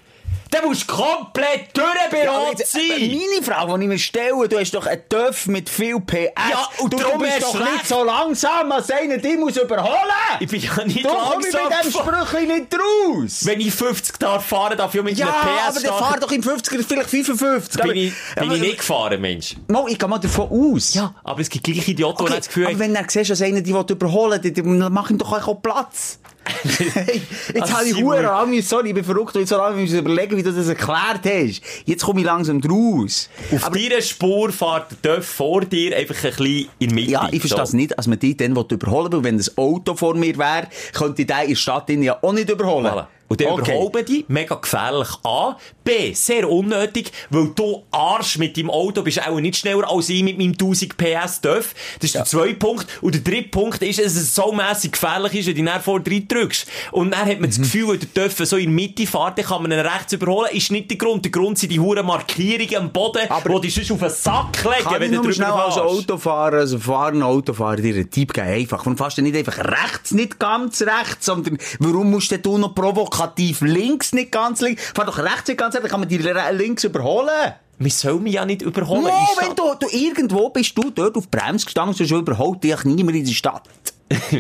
Da musst du komplett durchberot jetzt, äh, aber sein! meine Frage, die ich mir stelle, du hast doch einen Töff mit viel PS. Ja, und du, darum du bist hast doch du nicht recht. so langsam, als einer dich muss überholen. Ich bin ja nicht du komm ich langsam mit dem gefahren. Sprüchli nicht raus. Wenn ich 50 darf fahren, darf ich ja mit ja, einem PS aber dann fahr doch im 50er, vielleicht 55. bin aber- ich, bin aber- ich nicht gefahren, Mensch. Mal, ich gehe mal davon aus. Ja, aber es gibt gleich Idioten, die Okay, haben das Gefühl aber haben, wenn er siehst, dass einer die will überholen will, dann mach ihm doch auch [laughs] Platz. hey, jetzt Also, habe ich Simon- Huren lange, sorry, ich bin verrückt, und jetzt habe ich lange überlegen, wie du das erklärt hast. Jetzt komme ich langsam draus. auf deiner Spur fährt der Dörf vor dir einfach ein bisschen in die Mitte. Ja, ich verstehe es nicht, dass man die dann will überholen will, weil wenn ein dus Auto vor mir wäre, könnte ich den in der Stadt drin ja auch nicht überholen. Voilà. Und dann Okay. überholen die, mega gefährlich, A. B. Sehr unnötig, weil du Arsch mit deinem Auto bist auch nicht schneller als ich mit meinem 1000 PS Dörf. Das ist der zweite Punkt. Und der dritte Punkt ist, dass es so mässig gefährlich ist, wenn du nach vorne rein drückst. Und dann hat man Mhm. das Gefühl, wenn der Dörf so in die Mitte fährt, dann kann man ihn rechts überholen. Ist nicht der Grund. Der Grund sind die huren Markierungen am Boden, Aber- wo die sonst auf den Sack legen, Kann ich wenn du nur drüber schnell nou als fährst. Autofahrer, als erfahrener Autofahrer dir einen Tipp geben? Einfach. Und fast nicht einfach rechts, nicht ganz rechts, sondern warum musst denn du noch provokativ links, nicht ganz links? Fahr doch rechts, nicht ganz rechts, dann kann man die re- links überholen. Man soll mich ja nicht überholen. No, Ich [laughs] wenn du, du irgendwo bist, du dort auf die Bremse gestanden, sonst überholt dich niemand in der Stadt.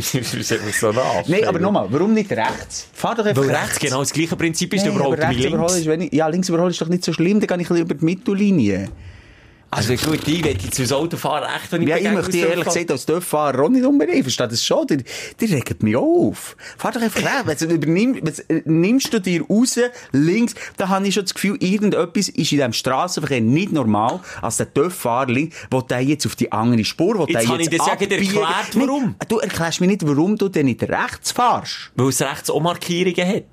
so nach. Nein, aber nochmal, warum nicht rechts? Fahr doch einfach Weil rechts. rechts genau das gleiche Prinzip ist, Nein, du überholst aber mich rechts links. überholen ist wenig- ja, links überholen ist doch nicht so schlimm, dann gehe ich ein bisschen über die Mittellinie. Also gut, ich will jetzt fürs Auto fahren, echt, wenn ich Ja, ich dagegen möchte dich ehrlich rausfahre. gesagt als Dörffahrer auch nicht unbedingt. Versteht das schon? Die, die regt mich auf. Fahr doch einfach rein. Wenn du übernimm- wenn du- nimmst du dir raus, links, dann habe ich schon das Gefühl, irgendetwas ist in diesem Strassenverkehr nicht normal, als der Dörffahrer links, wo der jetzt auf die andere Spur, wo der Jetzt jetzt habe ich dir das ja gerade abbiegt. erklärt, Nein, warum. Du erklärst mir nicht, warum du denn nicht rechts fahrst. Weil es rechts auch Markierungen hat.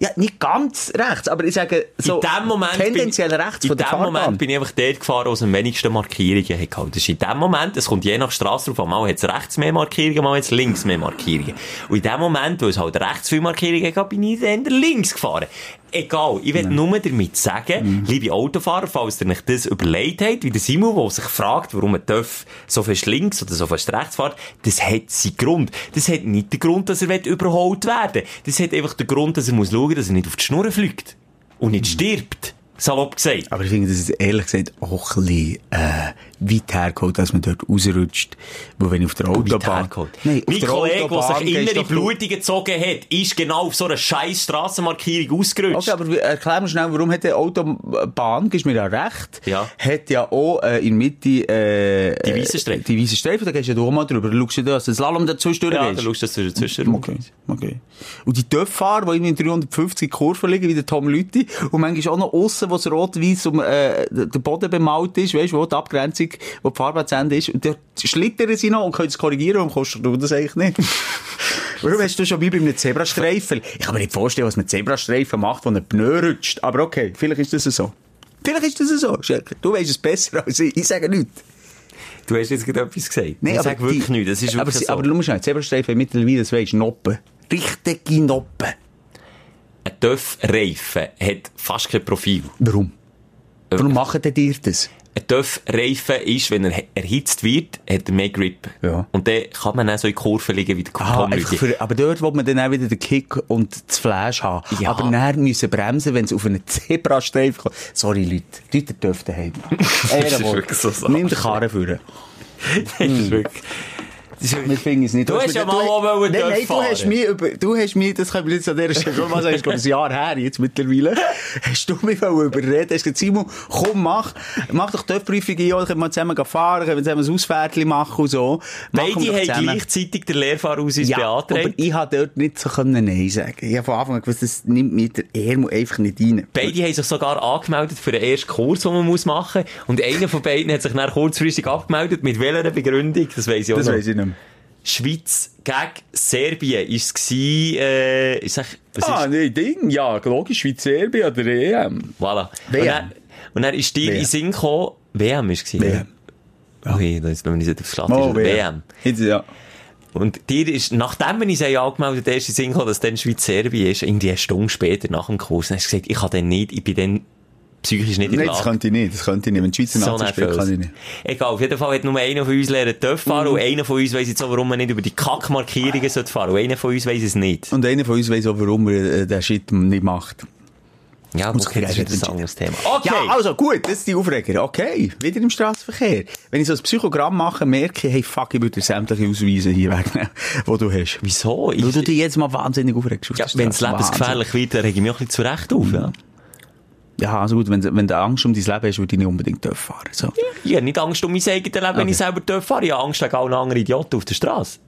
Ja, nicht ganz rechts, aber ich sage so in dem Moment tendenziell bin, rechts in von der dem Fahrbahn. Moment bin ich einfach dort gefahren, wo es am wenigsten Markierungen hat. gehabt. Das ist in dem Moment, es kommt je nach Straße drauf an, mal hat es rechts mehr Markierungen, mal hat es links mehr Markierungen. Und in dem Moment, wo es halt rechts viele Markierungen gab, bin ich dann links gefahren. egal. Ich will nur damit sagen, liebe Autofahrer, falls ihr euch das überlegt habt, wie der Simon, der sich fragt, warum man darf so fast links oder so fast rechts fährt, das hat seinen Grund. Das hat nicht den Grund, dass er will überholt werden Das hat einfach den Grund, dass er muss schauen, dass er nicht auf die Schnur fliegt. Und nicht stirbt. Salopp gesagt. Aber ich finde, das ist ehrlich gesagt auch ein bisschen, äh, weit hergeholt, dass man dort rausrutscht. Wo wenn ich auf der Autobahn... Nein, Nein, mein auf der Kollege, der Autobahn sich gehst innere doch du- Blutung gezogen hat, ist genau auf so einer scheiß Strassenmarkierung ausgerutscht. Okay, aber wie- erklär mir schnell, warum hat die Autobahn, gibst mir ja recht, Ja. hat ja auch äh, in Mitte äh, Die weissen Streifen. Die weißen Streifen, da gehst du ja auch mal drüber, schaust du das, das Slalom dazwischen durch ja, ist. dann schaust du, dass du dazwischen Okay, okay. Und die Töpffahrer, die irgendwie in 350 Kurven liegen, wie der Tom Lütti, und manchmal auch noch aussen, wo es rot-weiss um, äh, der Boden bemalt ist, weißt du, wo die Abgrenzung, wo die Farbe zu Ende ist, und dort schlittern sie noch und können es korrigieren, warum kostet du das eigentlich nicht? Warum hast du schon wie bei einem Zebrastreifen? Ich kann mir nicht vorstellen, was man Zebrastreifen macht, wo ein Pneu rutscht. Aber okay, vielleicht ist das so. Vielleicht ist das so, Schelker. Du weißt es besser als ich. Ich sage nichts. Du hast jetzt gerade etwas gesagt. ich sag die- wirklich nichts. Das ist aber, wirklich sie- so. aber du musst nicht, Zebrastreifen mittlerweile, das weisst, Noppen. Richtige Noppen. ein Töff-Reifen hat fast kein Profil. Warum? Warum machen denn dir das? Ein Töff-Reifen ist, wenn er he- erhitzt wird, hat er mehr Grip. Ja. Und dann kann man auch so in Kurven liegen wie der Ah, Tom einfach [laughs] Lüthi. für, aber dort will man dann auch wieder den nou Kick und das Flash haben. Ja. Aber dann müssen bremsen, wenn es auf einen [laughs] Zebrastreifen kommt. Sorry, Leute. Die Leute dürfen heim. ist Ehrenwohl. wirklich so so. Nimm den Karren führen. Das Hm. ist wirklich- das ist Wir wirklich- finden es nicht. Du hast ja mal auch du, wollen nein, nein, dürfen du hast fahren. mich über, du hast mich, das können wir jetzt an der Stelle schon mal sagen, ist glaube ich ein Jahr her jetzt mittlerweile, hast du mich wollen überreden, hast gesagt, Simon, komm, mach, mach doch die Prüfung ein, ja, können wir zusammen gehen fahren, können wir zusammen ein Ausfährtchen machen und so. Beide Machen wir doch haben zusammen. gleichzeitig den Lehrfahrausweis Ja, aber beantragt. ich habe dort nicht so können Nein sagen. Ich habe von Anfang an gewusst, das nimmt mir der Ermo einfach nicht rein. Beide haben sich sogar angemeldet für den ersten Kurs, den man muss machen muss. Und einer von beiden hat sich dann kurzfristig abgemeldet. Mit welcher Begründung? Das weiss ich auch Das noch. weiß ich nicht mehr. Schweiz gegen Serbien ist es gewesen, äh, ich sag, was ist, nein, Ah, Ding, ja, logisch, Schweiz-Serbien oder EM. voilà. WM. Und dann, und dann ist dir WM. in den Sinn gekommen, WM ist gewesen. WM. Ja. Ui, da ist, wenn man nicht aufs Schlacht Oh, ist, WM. WM. WM. Jetzt, ja. Und dir ist, nachdem wir uns haben angemeldet haben, ist in den Sinn gekommen, dass dann Schweiz-Serbien ist, irgendwie eine Stunde später nach dem Kurs, dann hast du gesagt, ich kann dann nicht, ich bin dann psychisch nicht in der Nein, das Lage. könnte ich nicht, das könnte ich nicht. Wenn die Schweizer So Nazi spielt, kann ich nicht. nervös. Egal, auf jeden Fall hat nur einer von uns lernen dürfen fahren und einer von uns weiss jetzt auch, warum man nicht über die Kackmarkierungen sollte fahren und einer von uns weiss es nicht. Und einer von uns weiss auch, warum er äh, den Shit nicht macht. Ja, Und okay, das ist sich wieder ein entschieden. anderes Thema. Okay! Ja, also gut, das ist die Aufreger. Okay, wieder im Straßenverkehr. Wenn ich so ein Psychogramm mache, merke ich, hey, fuck, ich würde dir sämtliche Ausweise hier wegnehmen, die du hast. Wieso? Ich, Weil du dich jedes Mal wahnsinnig aufregst. auf ja, der wenn das Straße. Leben gefährlich wird, dann reg ich mich auch ein bisschen zurecht auf. Ja? Ja, also gut, wenn, wenn du Angst um dein Leben hast, würde ich nicht unbedingt dürfen fahren. So. Ich habe nicht Angst um mein eigenes Leben, wenn Okay. ich selber darf fahren Ich habe Angst wegen allen anderen Idioten auf der Straße.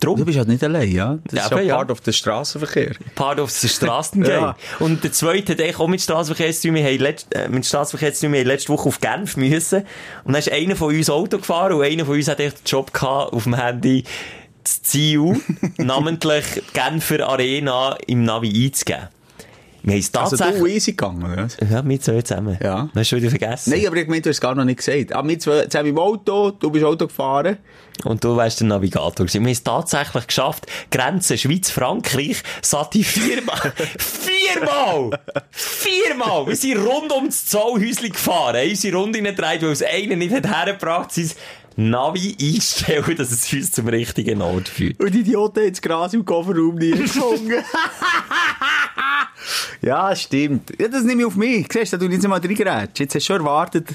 Du bist halt nicht allein, ja? Das Ja, ist ja aber ja. part of the Straßenverkehr. Part of the Straßengang. Ja. Und der zweite hat eigentlich auch mit Straßenverkehrszügen, wir haben letzt, äh, mit Straßenverkehrszügen, wir haben letzte Woche auf Genf müssen. Und dann ist einer von uns Auto gefahren und einer von uns hat echt den Job gehabt, auf dem Handy [laughs] das Ziel, namentlich die Genfer Arena im Navi einzugeben. Wir haben es Also tatsächlich... du easy gegangen, oder? was? ja, wir zwei zusammen. Ja. Das hast du wieder vergessen. Nein, aber ich meine, du hast es gar noch nicht gesagt. Ah, wir zwei zusammen im Auto, du bist Auto gefahren. Und du wärst der Navigator gewesen. Wir haben es tatsächlich geschafft. Grenze Schweiz-Frankreich, Sati viermal. viermal! Viermal! Wir sind rund ums Zollhäuschen gefahren, haben unsere Runde gedreht, weil es einer nicht hat hergebracht, sein Navi einstellen, dass es uns zum richtigen Ort führt. Und die Idioten haben das Gras im Kofferraum nie gefunden. [laughs] ja, stimmt. Ja, das nehme ich auf mich. Siehst du, da tu ich jetzt mal reingrätsch. Jetzt hast du schon erwartet,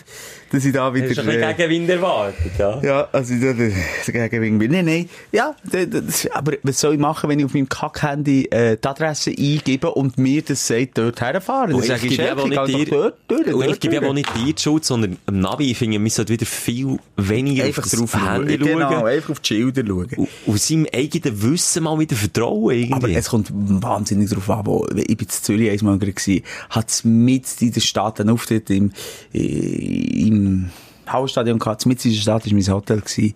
dass ich da wieder... Das ist ein bisschen äh, Gegenwind erwartet, ja. Ja, also da, da, dagegen irgendwie. Nein, nein. Ja, da, da, das- aber was soll ich machen, wenn ich auf meinem Kack-Handy äh, die Adresse eingebe und mir das sagt, dort herfahren? Dann Und sage ich ich, gebe Chef, aber ich nicht gehe dir, doch dort, dort, und ich dort, gebe aber dort. nicht dir die Schuld, sondern am Navi, ich finde, wir sollten wieder viel weniger Einfach auf drauf das Handy schauen. Genau, schauen. einfach auf die Schilder schauen. Und, und seinem eigenen Wissen mal wieder vertrauen, irgendwie. Aber es kommt wahnsinnig drauf an, wo, ich bin in Zürich einmal gewesen, hat mit in der Stadt einen Auftritt im, äh, im Hausstadion gehabt, mit in der Stadt war mein Hotel gewesen.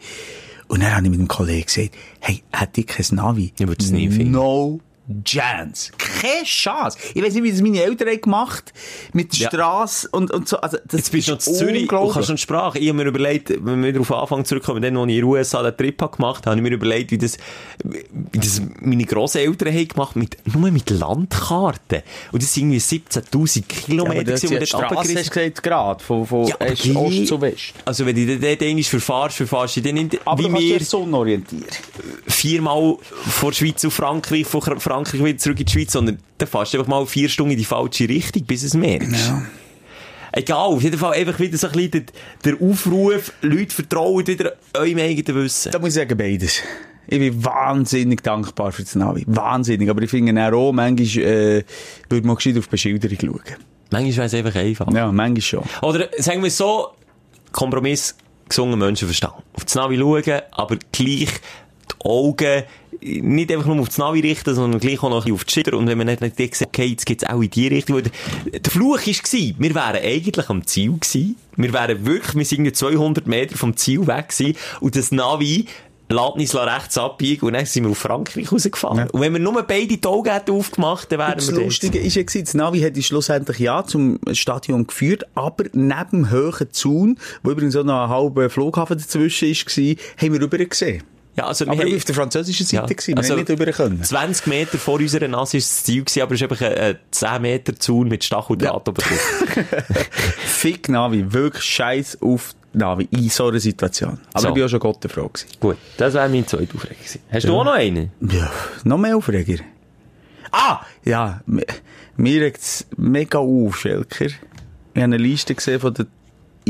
Und dann habe ich mit einem Kollegen gesagt, hey, hätte ich kein Navi? Ich würde es nie finden. No Chance. Keine Chance. Ich weiß nicht, wie das meine Eltern haben gemacht mit der Ja. Straße und, und so. Also, das Jetzt bist du noch ist in Zürich und unglaublich. kannst noch die Sprache. Ich habe mir überlegt, wenn wir darauf anfangen zurückkommen, dann, als ich in den USA den Trip habe gemacht habe, habe ich mir überlegt, wie das, wie das meine Grosseltern haben gemacht mit, nur mit Landkarten. Und das sind irgendwie 17.000 Ja, Kilometer aber das gewesen, die ja wir die dort Straße runtergerissen hast du gesagt, gerade, von, von Ja, aber Ost die- zu West. Also, wenn du dort einmal verfahrst, verfahrst du dich nicht, Aber wie du kannst wir dich Sonne orientieren. viermal von Schweiz auf Frankreich, von Kr- Frankreich wieder zurück in die Schweiz, sondern da fährst du einfach mal vier Stunden in die falsche Richtung, bis du es merkst. Egal, auf jeden Fall einfach wieder so ein bisschen der, der Aufruf, Leute vertrauen wieder eurem eigenen Wissen. Da muss ich sagen, beides. Ich bin wahnsinnig dankbar für das Navi. Wahnsinnig. Aber ich finde dann auch, manchmal äh, würde man gescheit auf die Beschilderung schauen. Manchmal wäre es einfach einfach. Ja, manchmal schon. Oder sagen wir es so, Kompromiss, gesunder Menschenverstand. Auf das Navi schauen, aber gleich die Augen nicht einfach nur auf das Navi richten, sondern gleich auch noch ein bisschen auf die Schilder. Und wenn man nicht nicht direkt sagt, okay, jetzt geht's auch in die Richtung. weil Der der Fluch war, wir wären eigentlich am Ziel gewesen. Wir wären wirklich, wir sind irgendwie 200 Meter vom Ziel weg gewesen. Und das Navi lässt uns rechts abbiegen und dann sind wir auf Frankreich rausgefahren. Ja. Und wenn wir nur beide die Augen hätten aufgemacht, dann wären Das wir dort. Lustige ist ja, gewesen, das Navi hat uns schlussendlich ja zum Stadion geführt, aber neben dem hohen Zaun, wo übrigens auch noch ein halber Flughafen dazwischen war, haben wir rüber gesehen. Ja, also wir Aber haben- wir auf der französischen Seite, Ja, gewesen. wir also haben nicht rüber können. 20 Meter vor unserer Nase war das Ziel, gewesen, aber es war einfach ein, ein 10 Meter Zaun mit Stacheldraht oben drauf. Fick Navi, wirklich scheiß auf Navi in so einer Situation. Aber So. ich bin auch schon Gott der Frau gewesen. [laughs] Gut, das wäre mein zweiter Aufreger gewesen. Hast du auch noch einen? Ja, nou, noch mehr Aufreger. Ah! Ja, mi- mir regt es mega auf, Schelker. Ich habe eine Liste gesehen von den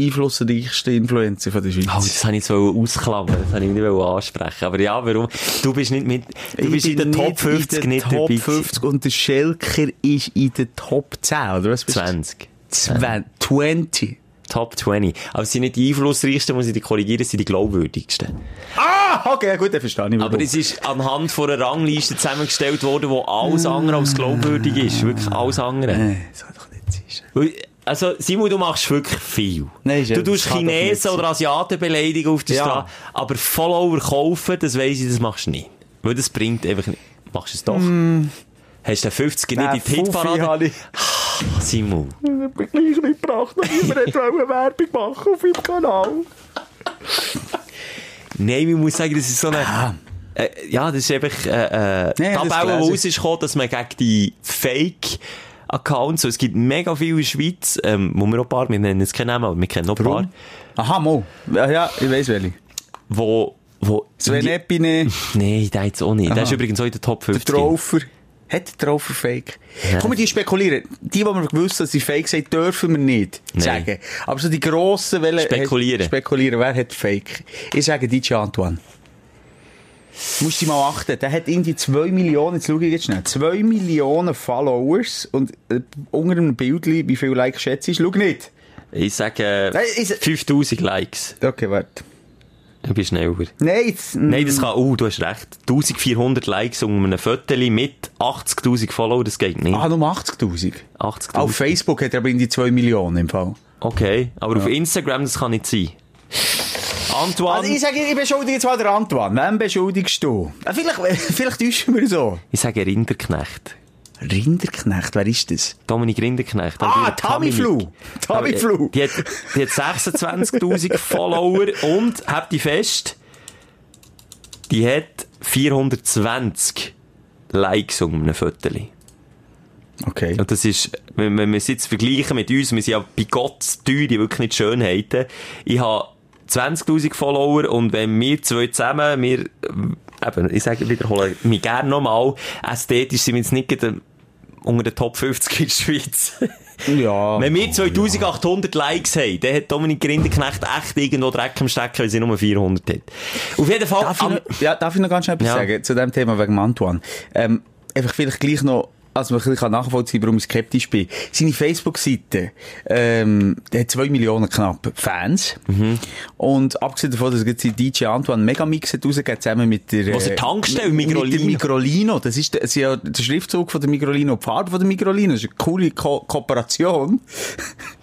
einflussreichsten Influencer von der Schweiz. Oh, das wollte ich jetzt ausklammern, das wollte ich nicht ansprechen. Aber ja, warum? Du bist nicht mit, du bist in den bin Top 50 in den nicht Top dabei. 50 und der Schelker ist in den Top 10, oder was bist du? 20. 20. 20. Top 20. Aber es sind nicht die einflussreichsten, muss ich dich korrigieren, es sind die glaubwürdigsten. Ah, okay, ja gut, dann verstehe ich warum. Aber es ist anhand von einer Rangliste zusammengestellt worden, wo alles andere als glaubwürdig ist. Wirklich alles andere. Nein, das soll doch nicht sein. Weil, Also, Simon, du machst wirklich viel. Nein, du Chef, tust das kann doch nicht Chinesen sein. oder Asiaten beleidigen auf der Ja. Straße, aber Follower kaufen, das weiss ich, das machst du nicht. Weil das bringt einfach nicht. Machst du es doch. Hast du den 50er Mm. Nein, halt. nicht in die Hitparade? habe ich Simon. mich gleich mitgebracht, weil [laughs] niemand wollte Werbung machen auf meinem Kanal. Nein, ich muss sagen, das ist so eine... Äh, ja, das ist einfach äh, äh, Ah. Nein, die das Tabelle, die gelesen. rausgekommen dass man gegen die Fake-Accounts, so, es gibt mega viele in der Schweiz, ähm, wo wir auch ein paar, wir nennen jetzt keinen Namen, aber wir kennen noch ein paar, Aha, Mo. Ja, ja ich weiß welche. wo... wo Sven Epine, Nein, der jetzt auch nicht. Der Aha. ist übrigens auch in der Top der 50. Traufer. Hat der Traufer Fake? Ja. Komm, die spekulieren. Die, die wir gewusst dass sie Fake sind, dürfen wir nicht Nein. sagen. Aber so die grossen wollen... Spekulieren. spekulieren, wer hat Fake? Ich sage DJ Antoine. Musst du mal achten, der hat irgendwie 2 Millionen, jetzt schau ich jetzt schnell, 2 Millionen Followers und äh, unter einem Bild, wie viel Likes schätzt ich, schau nicht. Ich sage Nein, äh, ich sa- 5000 Likes. Okay, warte. Ich bin schneller. Nein, jetzt, Nein, das kann... Oh, du hast recht. 1400 Likes um einem Viertel mit 80'000 Follower, das geht nicht. Ah, nur 80'000. 80'000. Auf Facebook hat er aber in die 2 Millionen im Fall. Okay, aber auf Instagram, das kann nicht sein. Antoine... Also ich ich, sage, ich beschuldige zwar der Antoine. Wem beschuldigst du? Ah, Vielleicht, [laughs] vielleicht täuschen wir so. sage Rinderknecht. Rinderknecht, wer ist das? Dominik Rinderknecht. Ah, Oder Tamiflu. Dominik. Tamiflu. Äh, Die hat, die [laughs] hat 26'000 Follower und, habt die fest, die hat 420 Likes um einem Viertel. Okay. Und das ist, wenn, wenn wir es jetzt vergleichen mit uns, wir sind ja bei Gott teuer, die wirklich nicht Schönheiten. Ich habe 20.000 Follower und wenn wir zwei zusammen, wir, ähm, eben, ich sage, wiederhole mich gerne nochmal, ästhetisch sind wir jetzt nicht gerade, ähm, unter den Top 50 in der Schweiz. Ja. Wenn wir 2800 Likes haben, dann hat Dominik Rinderknecht echt irgendwo Dreck am Stecken, weil sie nur 400 hat. Auf jeden Fall, Darf ich, am- noch, ja, darf ich noch ganz schnell etwas Ja. sagen zu dem Thema wegen Antoine? Ähm, einfach vielleicht gleich noch, als man ein bisschen nachvollziehen kann, warum ich skeptisch bin. Seine Facebook-Seite, ähm, die hat 2 Millionen knapp Fans. Und abgesehen davon, dass jetzt die DJ Antoine Megamix hat rausgegeben, zusammen mit der... Was er äh, Tankstelle, mit- Mit der Migrolino. Migrolino. Das ist, der, das ist ja der Schriftzug von der Migrolino, die Farbe von der Migrolino. Das ist eine coole Ko Kooperation.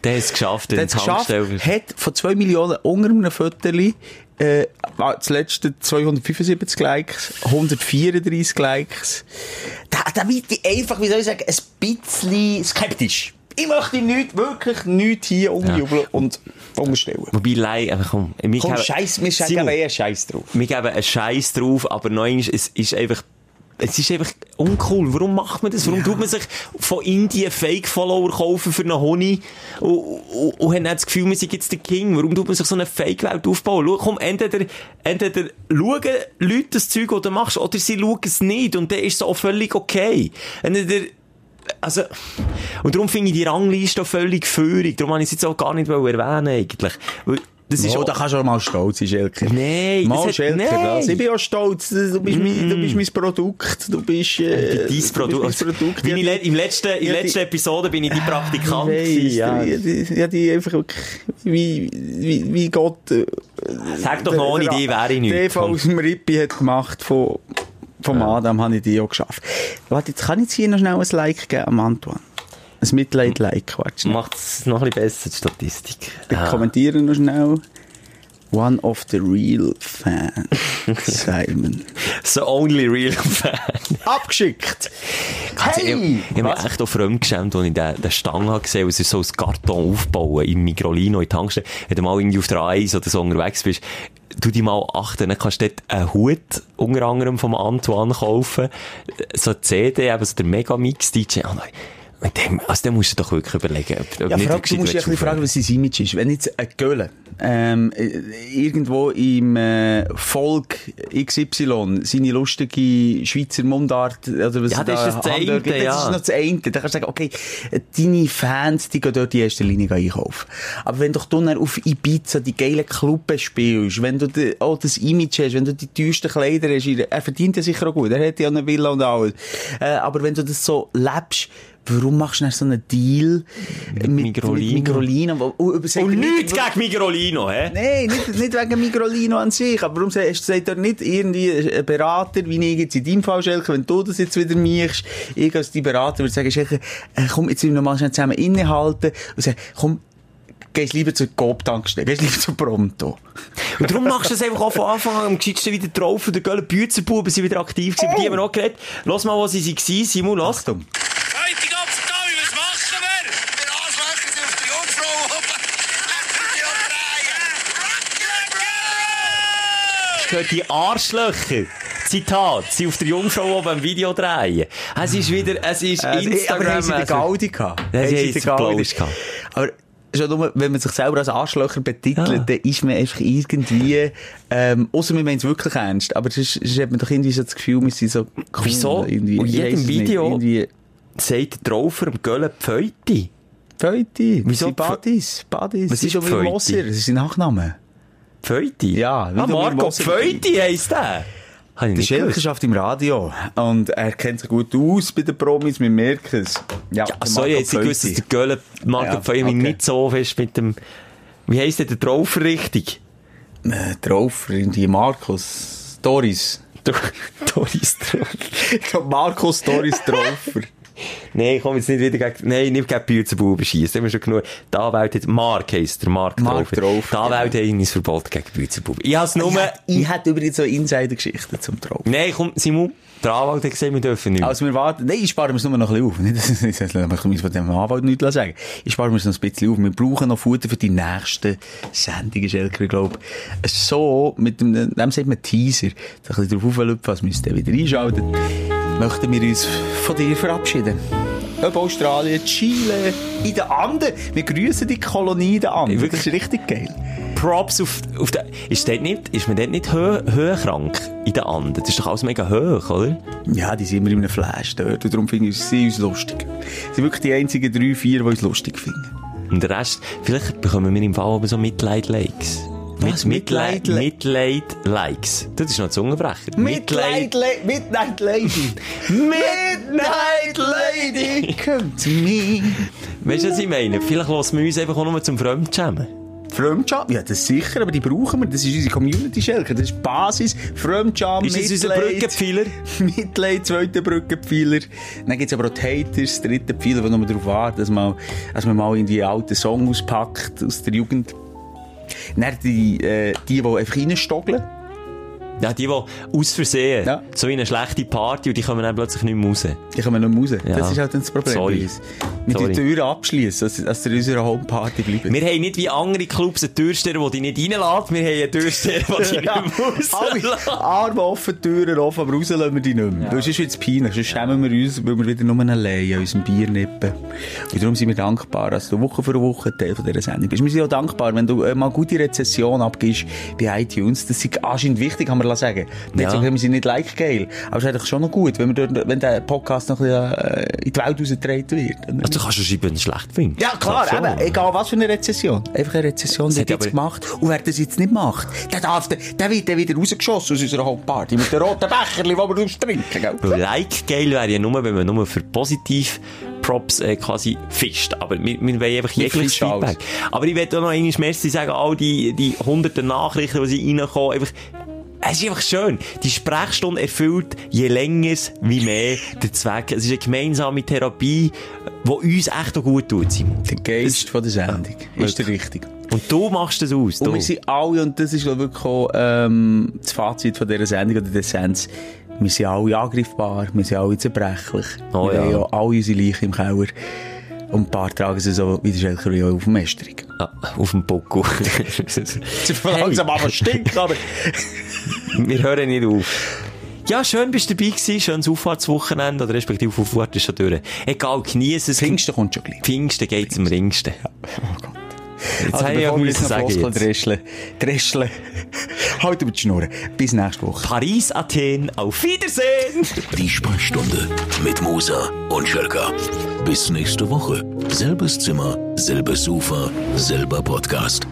der hat es geschafft, Der den hat es geschafft, Tankstelle. hat von 2 Millionen unter einem Viertel äh, ah, das letzte 275 Likes, 134 Likes. Da, da bin ich einfach, wie soll ich sagen, ein bisschen skeptisch. Ich möchte nicht, wirklich nichts hier umjubeln und umstellen. Wobei, Lai, aber komm, wir Komm, geben- Scheiß, wir sagen Simon, aber eher Scheiß drauf. wir geben einen Scheiß drauf, aber nein, es ist einfach, es ist einfach uncool. Warum macht man das? Warum tut man sich von Indien Fake-Follower kaufen für einen Honig und, und, und hat dann das Gefühl, man sei jetzt der King? Warum tut man sich so eine Fake-Welt aufbauen? Schau, komm, entweder, entweder schauen Leute das Zeug, das du machst, oder sie schauen es nicht und dann ist es auch völlig okay. Entweder, also, und darum finde ich die Rangliste auch völlig führig. Darum wollte ich es jetzt auch gar nicht erwähnen, eigentlich. Weil, das ist Oh, auch- da kannst du auch mal stolz sein, Schelke. Nein, das mal hat- Schelke. nein. das. Ich bin auch stolz. Du bist, mein, du bist mein Produkt. Du bist, äh, Dein Produkt. Du bist mein [laughs] Produkt. Meine Ja, le Im letzten, in Ja, der die- letzten Episode bin ich die Praktikant. Weiss, gewesen, ja. ja. Die, die, ja, die einfach wirklich, wie, wie, wie Gott. äh, Sag doch noch, ohne der- die wäre ich Der nicht. TV aus dem Rippi hat gemacht von, vom Adam, habe ich die auch geschafft. Warte, jetzt kann ich jetzt hier noch schnell ein nou Like geben am Antoine. Ein Mitleid-Like, warte schnell. Macht es noch ein bisschen besser, die Statistik. Ah, Ich kommentiere noch schnell. nou. One of the real fans, Simon. So only real [laughs] fan. Abgeschickt! Also, ich ich habe mich echt auch fremd geschämt, als ich den, den Stang habe gesehen habe, es ist so ein Karton aufbauen im Migrolino, in der Tankstelle. Wenn du mal irgendwie auf der A1 oder so unterwegs bist, tu dich mal achten, dann kannst du dort einen Hut unter anderem vom Antoine kaufen, so eine CD, eben so der Megamix-DJ. Oh nein. Mit dem, also dem musst du doch wirklich überlegen, ob, ob Ja, nicht frag, du musst dich ein gescheit willst bisschen fragen, aufhören. was sein Image ist. Wenn jetzt ein Göhle ähm, äh, irgendwo im äh, Volk XY seine lustige Schweizer Mundart oder was Ja, er das ist das handelt, eine, das ja. ist noch das eine. Dann kannst du sagen, okay, äh, deine Fans, die gehen dort in erster Linie einkaufen. Aber wenn doch du dann auf Ibiza die geilen Clubs spielst, wenn du de, auch das Image hast, wenn du die teuersten Kleider hast, er verdient ja sicher auch gut, er hat ja eine Villa und alles. Äh, aber wenn du das so lebst, Warum machst du dann so einen Deal mit, mit Migrolino. Migrolino? wo- oh, übersetzt- Und nichts gegen Migrolino, hä? Nein, nicht, nicht wegen Migrolino an sich. Aber warum sagst du sagt doch nicht irgendwie ein eh, Berater, wie ich jetzt in deinem Fall, Schelke, wenn du das jetzt wieder mischst, ich als dein Berater würde sagen, Schelke, äh, komm, jetzt müssen wir mal schnell zusammen innehalten und sagen, komm, gehst lieber zur Coop-Tankstelle, gehst lieber zu Pronto. Und darum machst du es einfach auch von Anfang an. Am gescheitsten wieder drauf. Und der Göller Büzerbuben sind wieder aktiv gewesen. Über die haben wir auch geredet. Lass mal, wo sie waren. Simon, lass. Oh! Achtung. Heute die ganze Tage, was machen wir? Wir Arschlöcher sind auf der Jungfrau oben. Die umdrehen. Gehört die Arschlöcher. Zitat. Sie auf der Jungfrau oben am Video drehen. Es ist wieder, es ist Instagram. Äh, aber haben sie den also- Gaudi gehabt? Ja, Haben sie sie haben den den Gaudi Applaus gehabt. Aber schon nur, wenn man sich selber als Arschlöcher betitelt, Ja. dann ist man einfach irgendwie, ähm, außer wir meinen es wirklich ernst, aber sonst, sonst hat man doch irgendwie so das Gefühl, wir sind so cool. Wieso? Irgendwie. Und Ich jedem weiss es nicht. Video- Irgendwie, Sagt der Raufer am Göller Pfeuti. Pfeuti. Wieso Sie Badis. Badis. Was Sie ist schon wieder Pfeuti? Moser. Das ist sein Nachname. Pfeuti? Ja, um wie ah, du mir Marco Moser- Pfeuti heisst der. Habe ich Der nicht Schelker gewusst. schafft im Radio. Und er kennt sich gut aus bei den Promis, wir merken es. Ja, Ja, der so Marco jetzt ich gewusst, dass Pfeuti. der Göller Marco Ja, Pfeuti mich okay. nicht so fest mit dem, wie heisst der, der [laughs] Raufer richtig? Äh, drauf, die Markus. [laughs] Doris. Doris Raufer. Markus Doris Troffer. Nein, komm jetzt nicht wieder gegen, nein, nicht gegen Büzenbuben schiessen. Da haben wir schon genug. Die Anwälte hat, Mark heisst der, Mark, Mark drauf. Drauf, Die Anwälte haben ein Verbot gegen Büzenbuben. Ich hab's nur, ich, hätte- ich hätte übrigens so Insider-Geschichten zum Troffer. nein, komm, Simon, der Anwalt hat gesehen, wir dürfen nicht. mehr. Also wir warten, nein, ich spare mir es nur noch ein bisschen auf. [laughs] Nicht, dass- dass- dass- dass- Ich muss von dem Anwalt nichts sagen. Ich spare mir es noch ein bisschen auf. Wir brauchen noch Futter für die nächsten Sendungen, Schelker, ich glaube. So, mit dem, dem sagt man Teaser, da ein bisschen drauf auflöpfen, was müsst ihr wieder einschalten. Möchten wir uns von dir verabschieden. Ob Australien, Chile, in den Anden. Wir grüßen die Kolonie in den Anden. Wirklich. Wirklich, das ist richtig geil. Props auf, auf der, ist dort nicht, ist man dort nicht hö, höhenkrank in den Anden? Das ist doch alles mega hoch, oder? Ja, die sind immer in einem Flash dort. Und darum finde ich sie uns lustig. Sie sind wirklich die einzigen drei, vier, die uns lustig finden. Und der Rest, vielleicht bekommen wir im Fall aber so Mitleid-Likes. Was? Mitleid- Mitleid-Likes. Das ist noch ein Zungenbrecher. Lady. Midnight Lady. [laughs] Midnight Lady. Come to me. Weißt du, was ich meine? Vielleicht lassen wir uns einfach auch nur zum Fremdschämen. Fremdscham? Ja, das sicher, aber die brauchen wir. Das ist unsere community schelke Das ist die Basis. Fremdscham, Ist das unser Brückenpfeiler? [laughs] Mitleid, zweiter Brückenpfeiler. Dann gibt's aber auch die Haters, dritten Pfeiler, die nur darauf warten, dass man, dass man mal irgendwie einen alten Song auspackt aus der Jugend. Dann die, äh, die, die einfach reinstogeln. Ja, die, die aus Versehen, Ja. so wie eine schlechte Party, und die kommen dann plötzlich nicht mehr raus. Die kommen nicht mehr raus. Ja. Das ist halt dann das Problem. Sorry. bei uns. Wir Sorry. die Türen abschließen, dass, dass ihr in unserer Homeparty bleibt. Wir haben nicht wie andere Clubs einen Türsteher, der dich nicht reinlässt. Wir haben einen Türsteher, [laughs] der [laughs] dich nicht mehr rauslässt. Alle Arme offen, Türen offen, aber raus lassen wir die Dus nicht mehr. Weil sonst wird es peinlich, sonst schämen wir uns, weil wir wieder nur allein an unserem Bier nippen. Und darum sind wir dankbar, dass du Woche für Woche Teil von dieser Sendung bist. Wir sind auch dankbar, wenn du äh, mal gute Rezession abgibst bei iTunes. Das ist anscheinend wichtig, kann man sagen. Nicht Ja. so, wir sind nicht like geil, aber es ist eigentlich schon noch gut, wenn, wir dort, wenn der Podcast noch ein bisschen äh, in die Welt rausgetragen wird. Also, du kannst schon schreiben, wenn du es schlecht findest. Ja, klar, Klar, schon. eben. Egal was für eine Rezession. Einfach eine Rezession, die hat jetzt aber- gemacht. Und wer das jetzt nicht dus macht, der darf, der, der wird dann wieder rausgeschossen aus unserer Homeparty. Mit den roten Becherli, die wir austrinken, gell? Weil Like geil wäre ja nur, wenn man nur für positiv Props äh, quasi fischt. Aber wir, wir wollen einfach jegliches fischen alles. Feedback. Aber ich will auch noch einmal Merci sagen, all die, die hunderten Nachrichten, die sie reinkommen, einfach, es ist einfach schön. Die Sprechstunde erfüllt je länger wie mehr den Zweck. Es ist eine gemeinsame Therapie, die uns echt auch gut tut, Simon. Der Geist von der Sendung. Ist der richtig. Und du machst das aus. Und du. wir sind alle, und das ist glaub ich, wirklich auch, ähm, das Fazit von dieser Sendung oder der Essenz, wir sind alle angreifbar, wir sind alle zerbrechlich. Oh wir ja. haben auch alle unsere Leichen im Keller. Und ein paar tragen sie so wie der Schelker wie auch auf dem Mästerung. Ah, auf dem Buckel. Langsam aber stinkt, [laughs] aber... Wir hören nicht auf. Ja, schön bist du dabei gewesen. Schönes Auffahrtswochenende oder respektive Auffahrt ist schon durch. Egal, genieße es. Pfingsten kommt schon gleich. Pfingsten geht's am ringsten. Jetzt Also, habe ich ja bevor wir jetzt müssen noch sagen Floskeln jetzt. drescheln, drescheln, [laughs] halt über die Schnur. Bis nächste Woche. Paris, Athen, auf Wiedersehen! Die Sprechstunde mit Musa und Schelka. Bis nächste Woche. Selbes Zimmer, selbes Sofa, selber Podcast.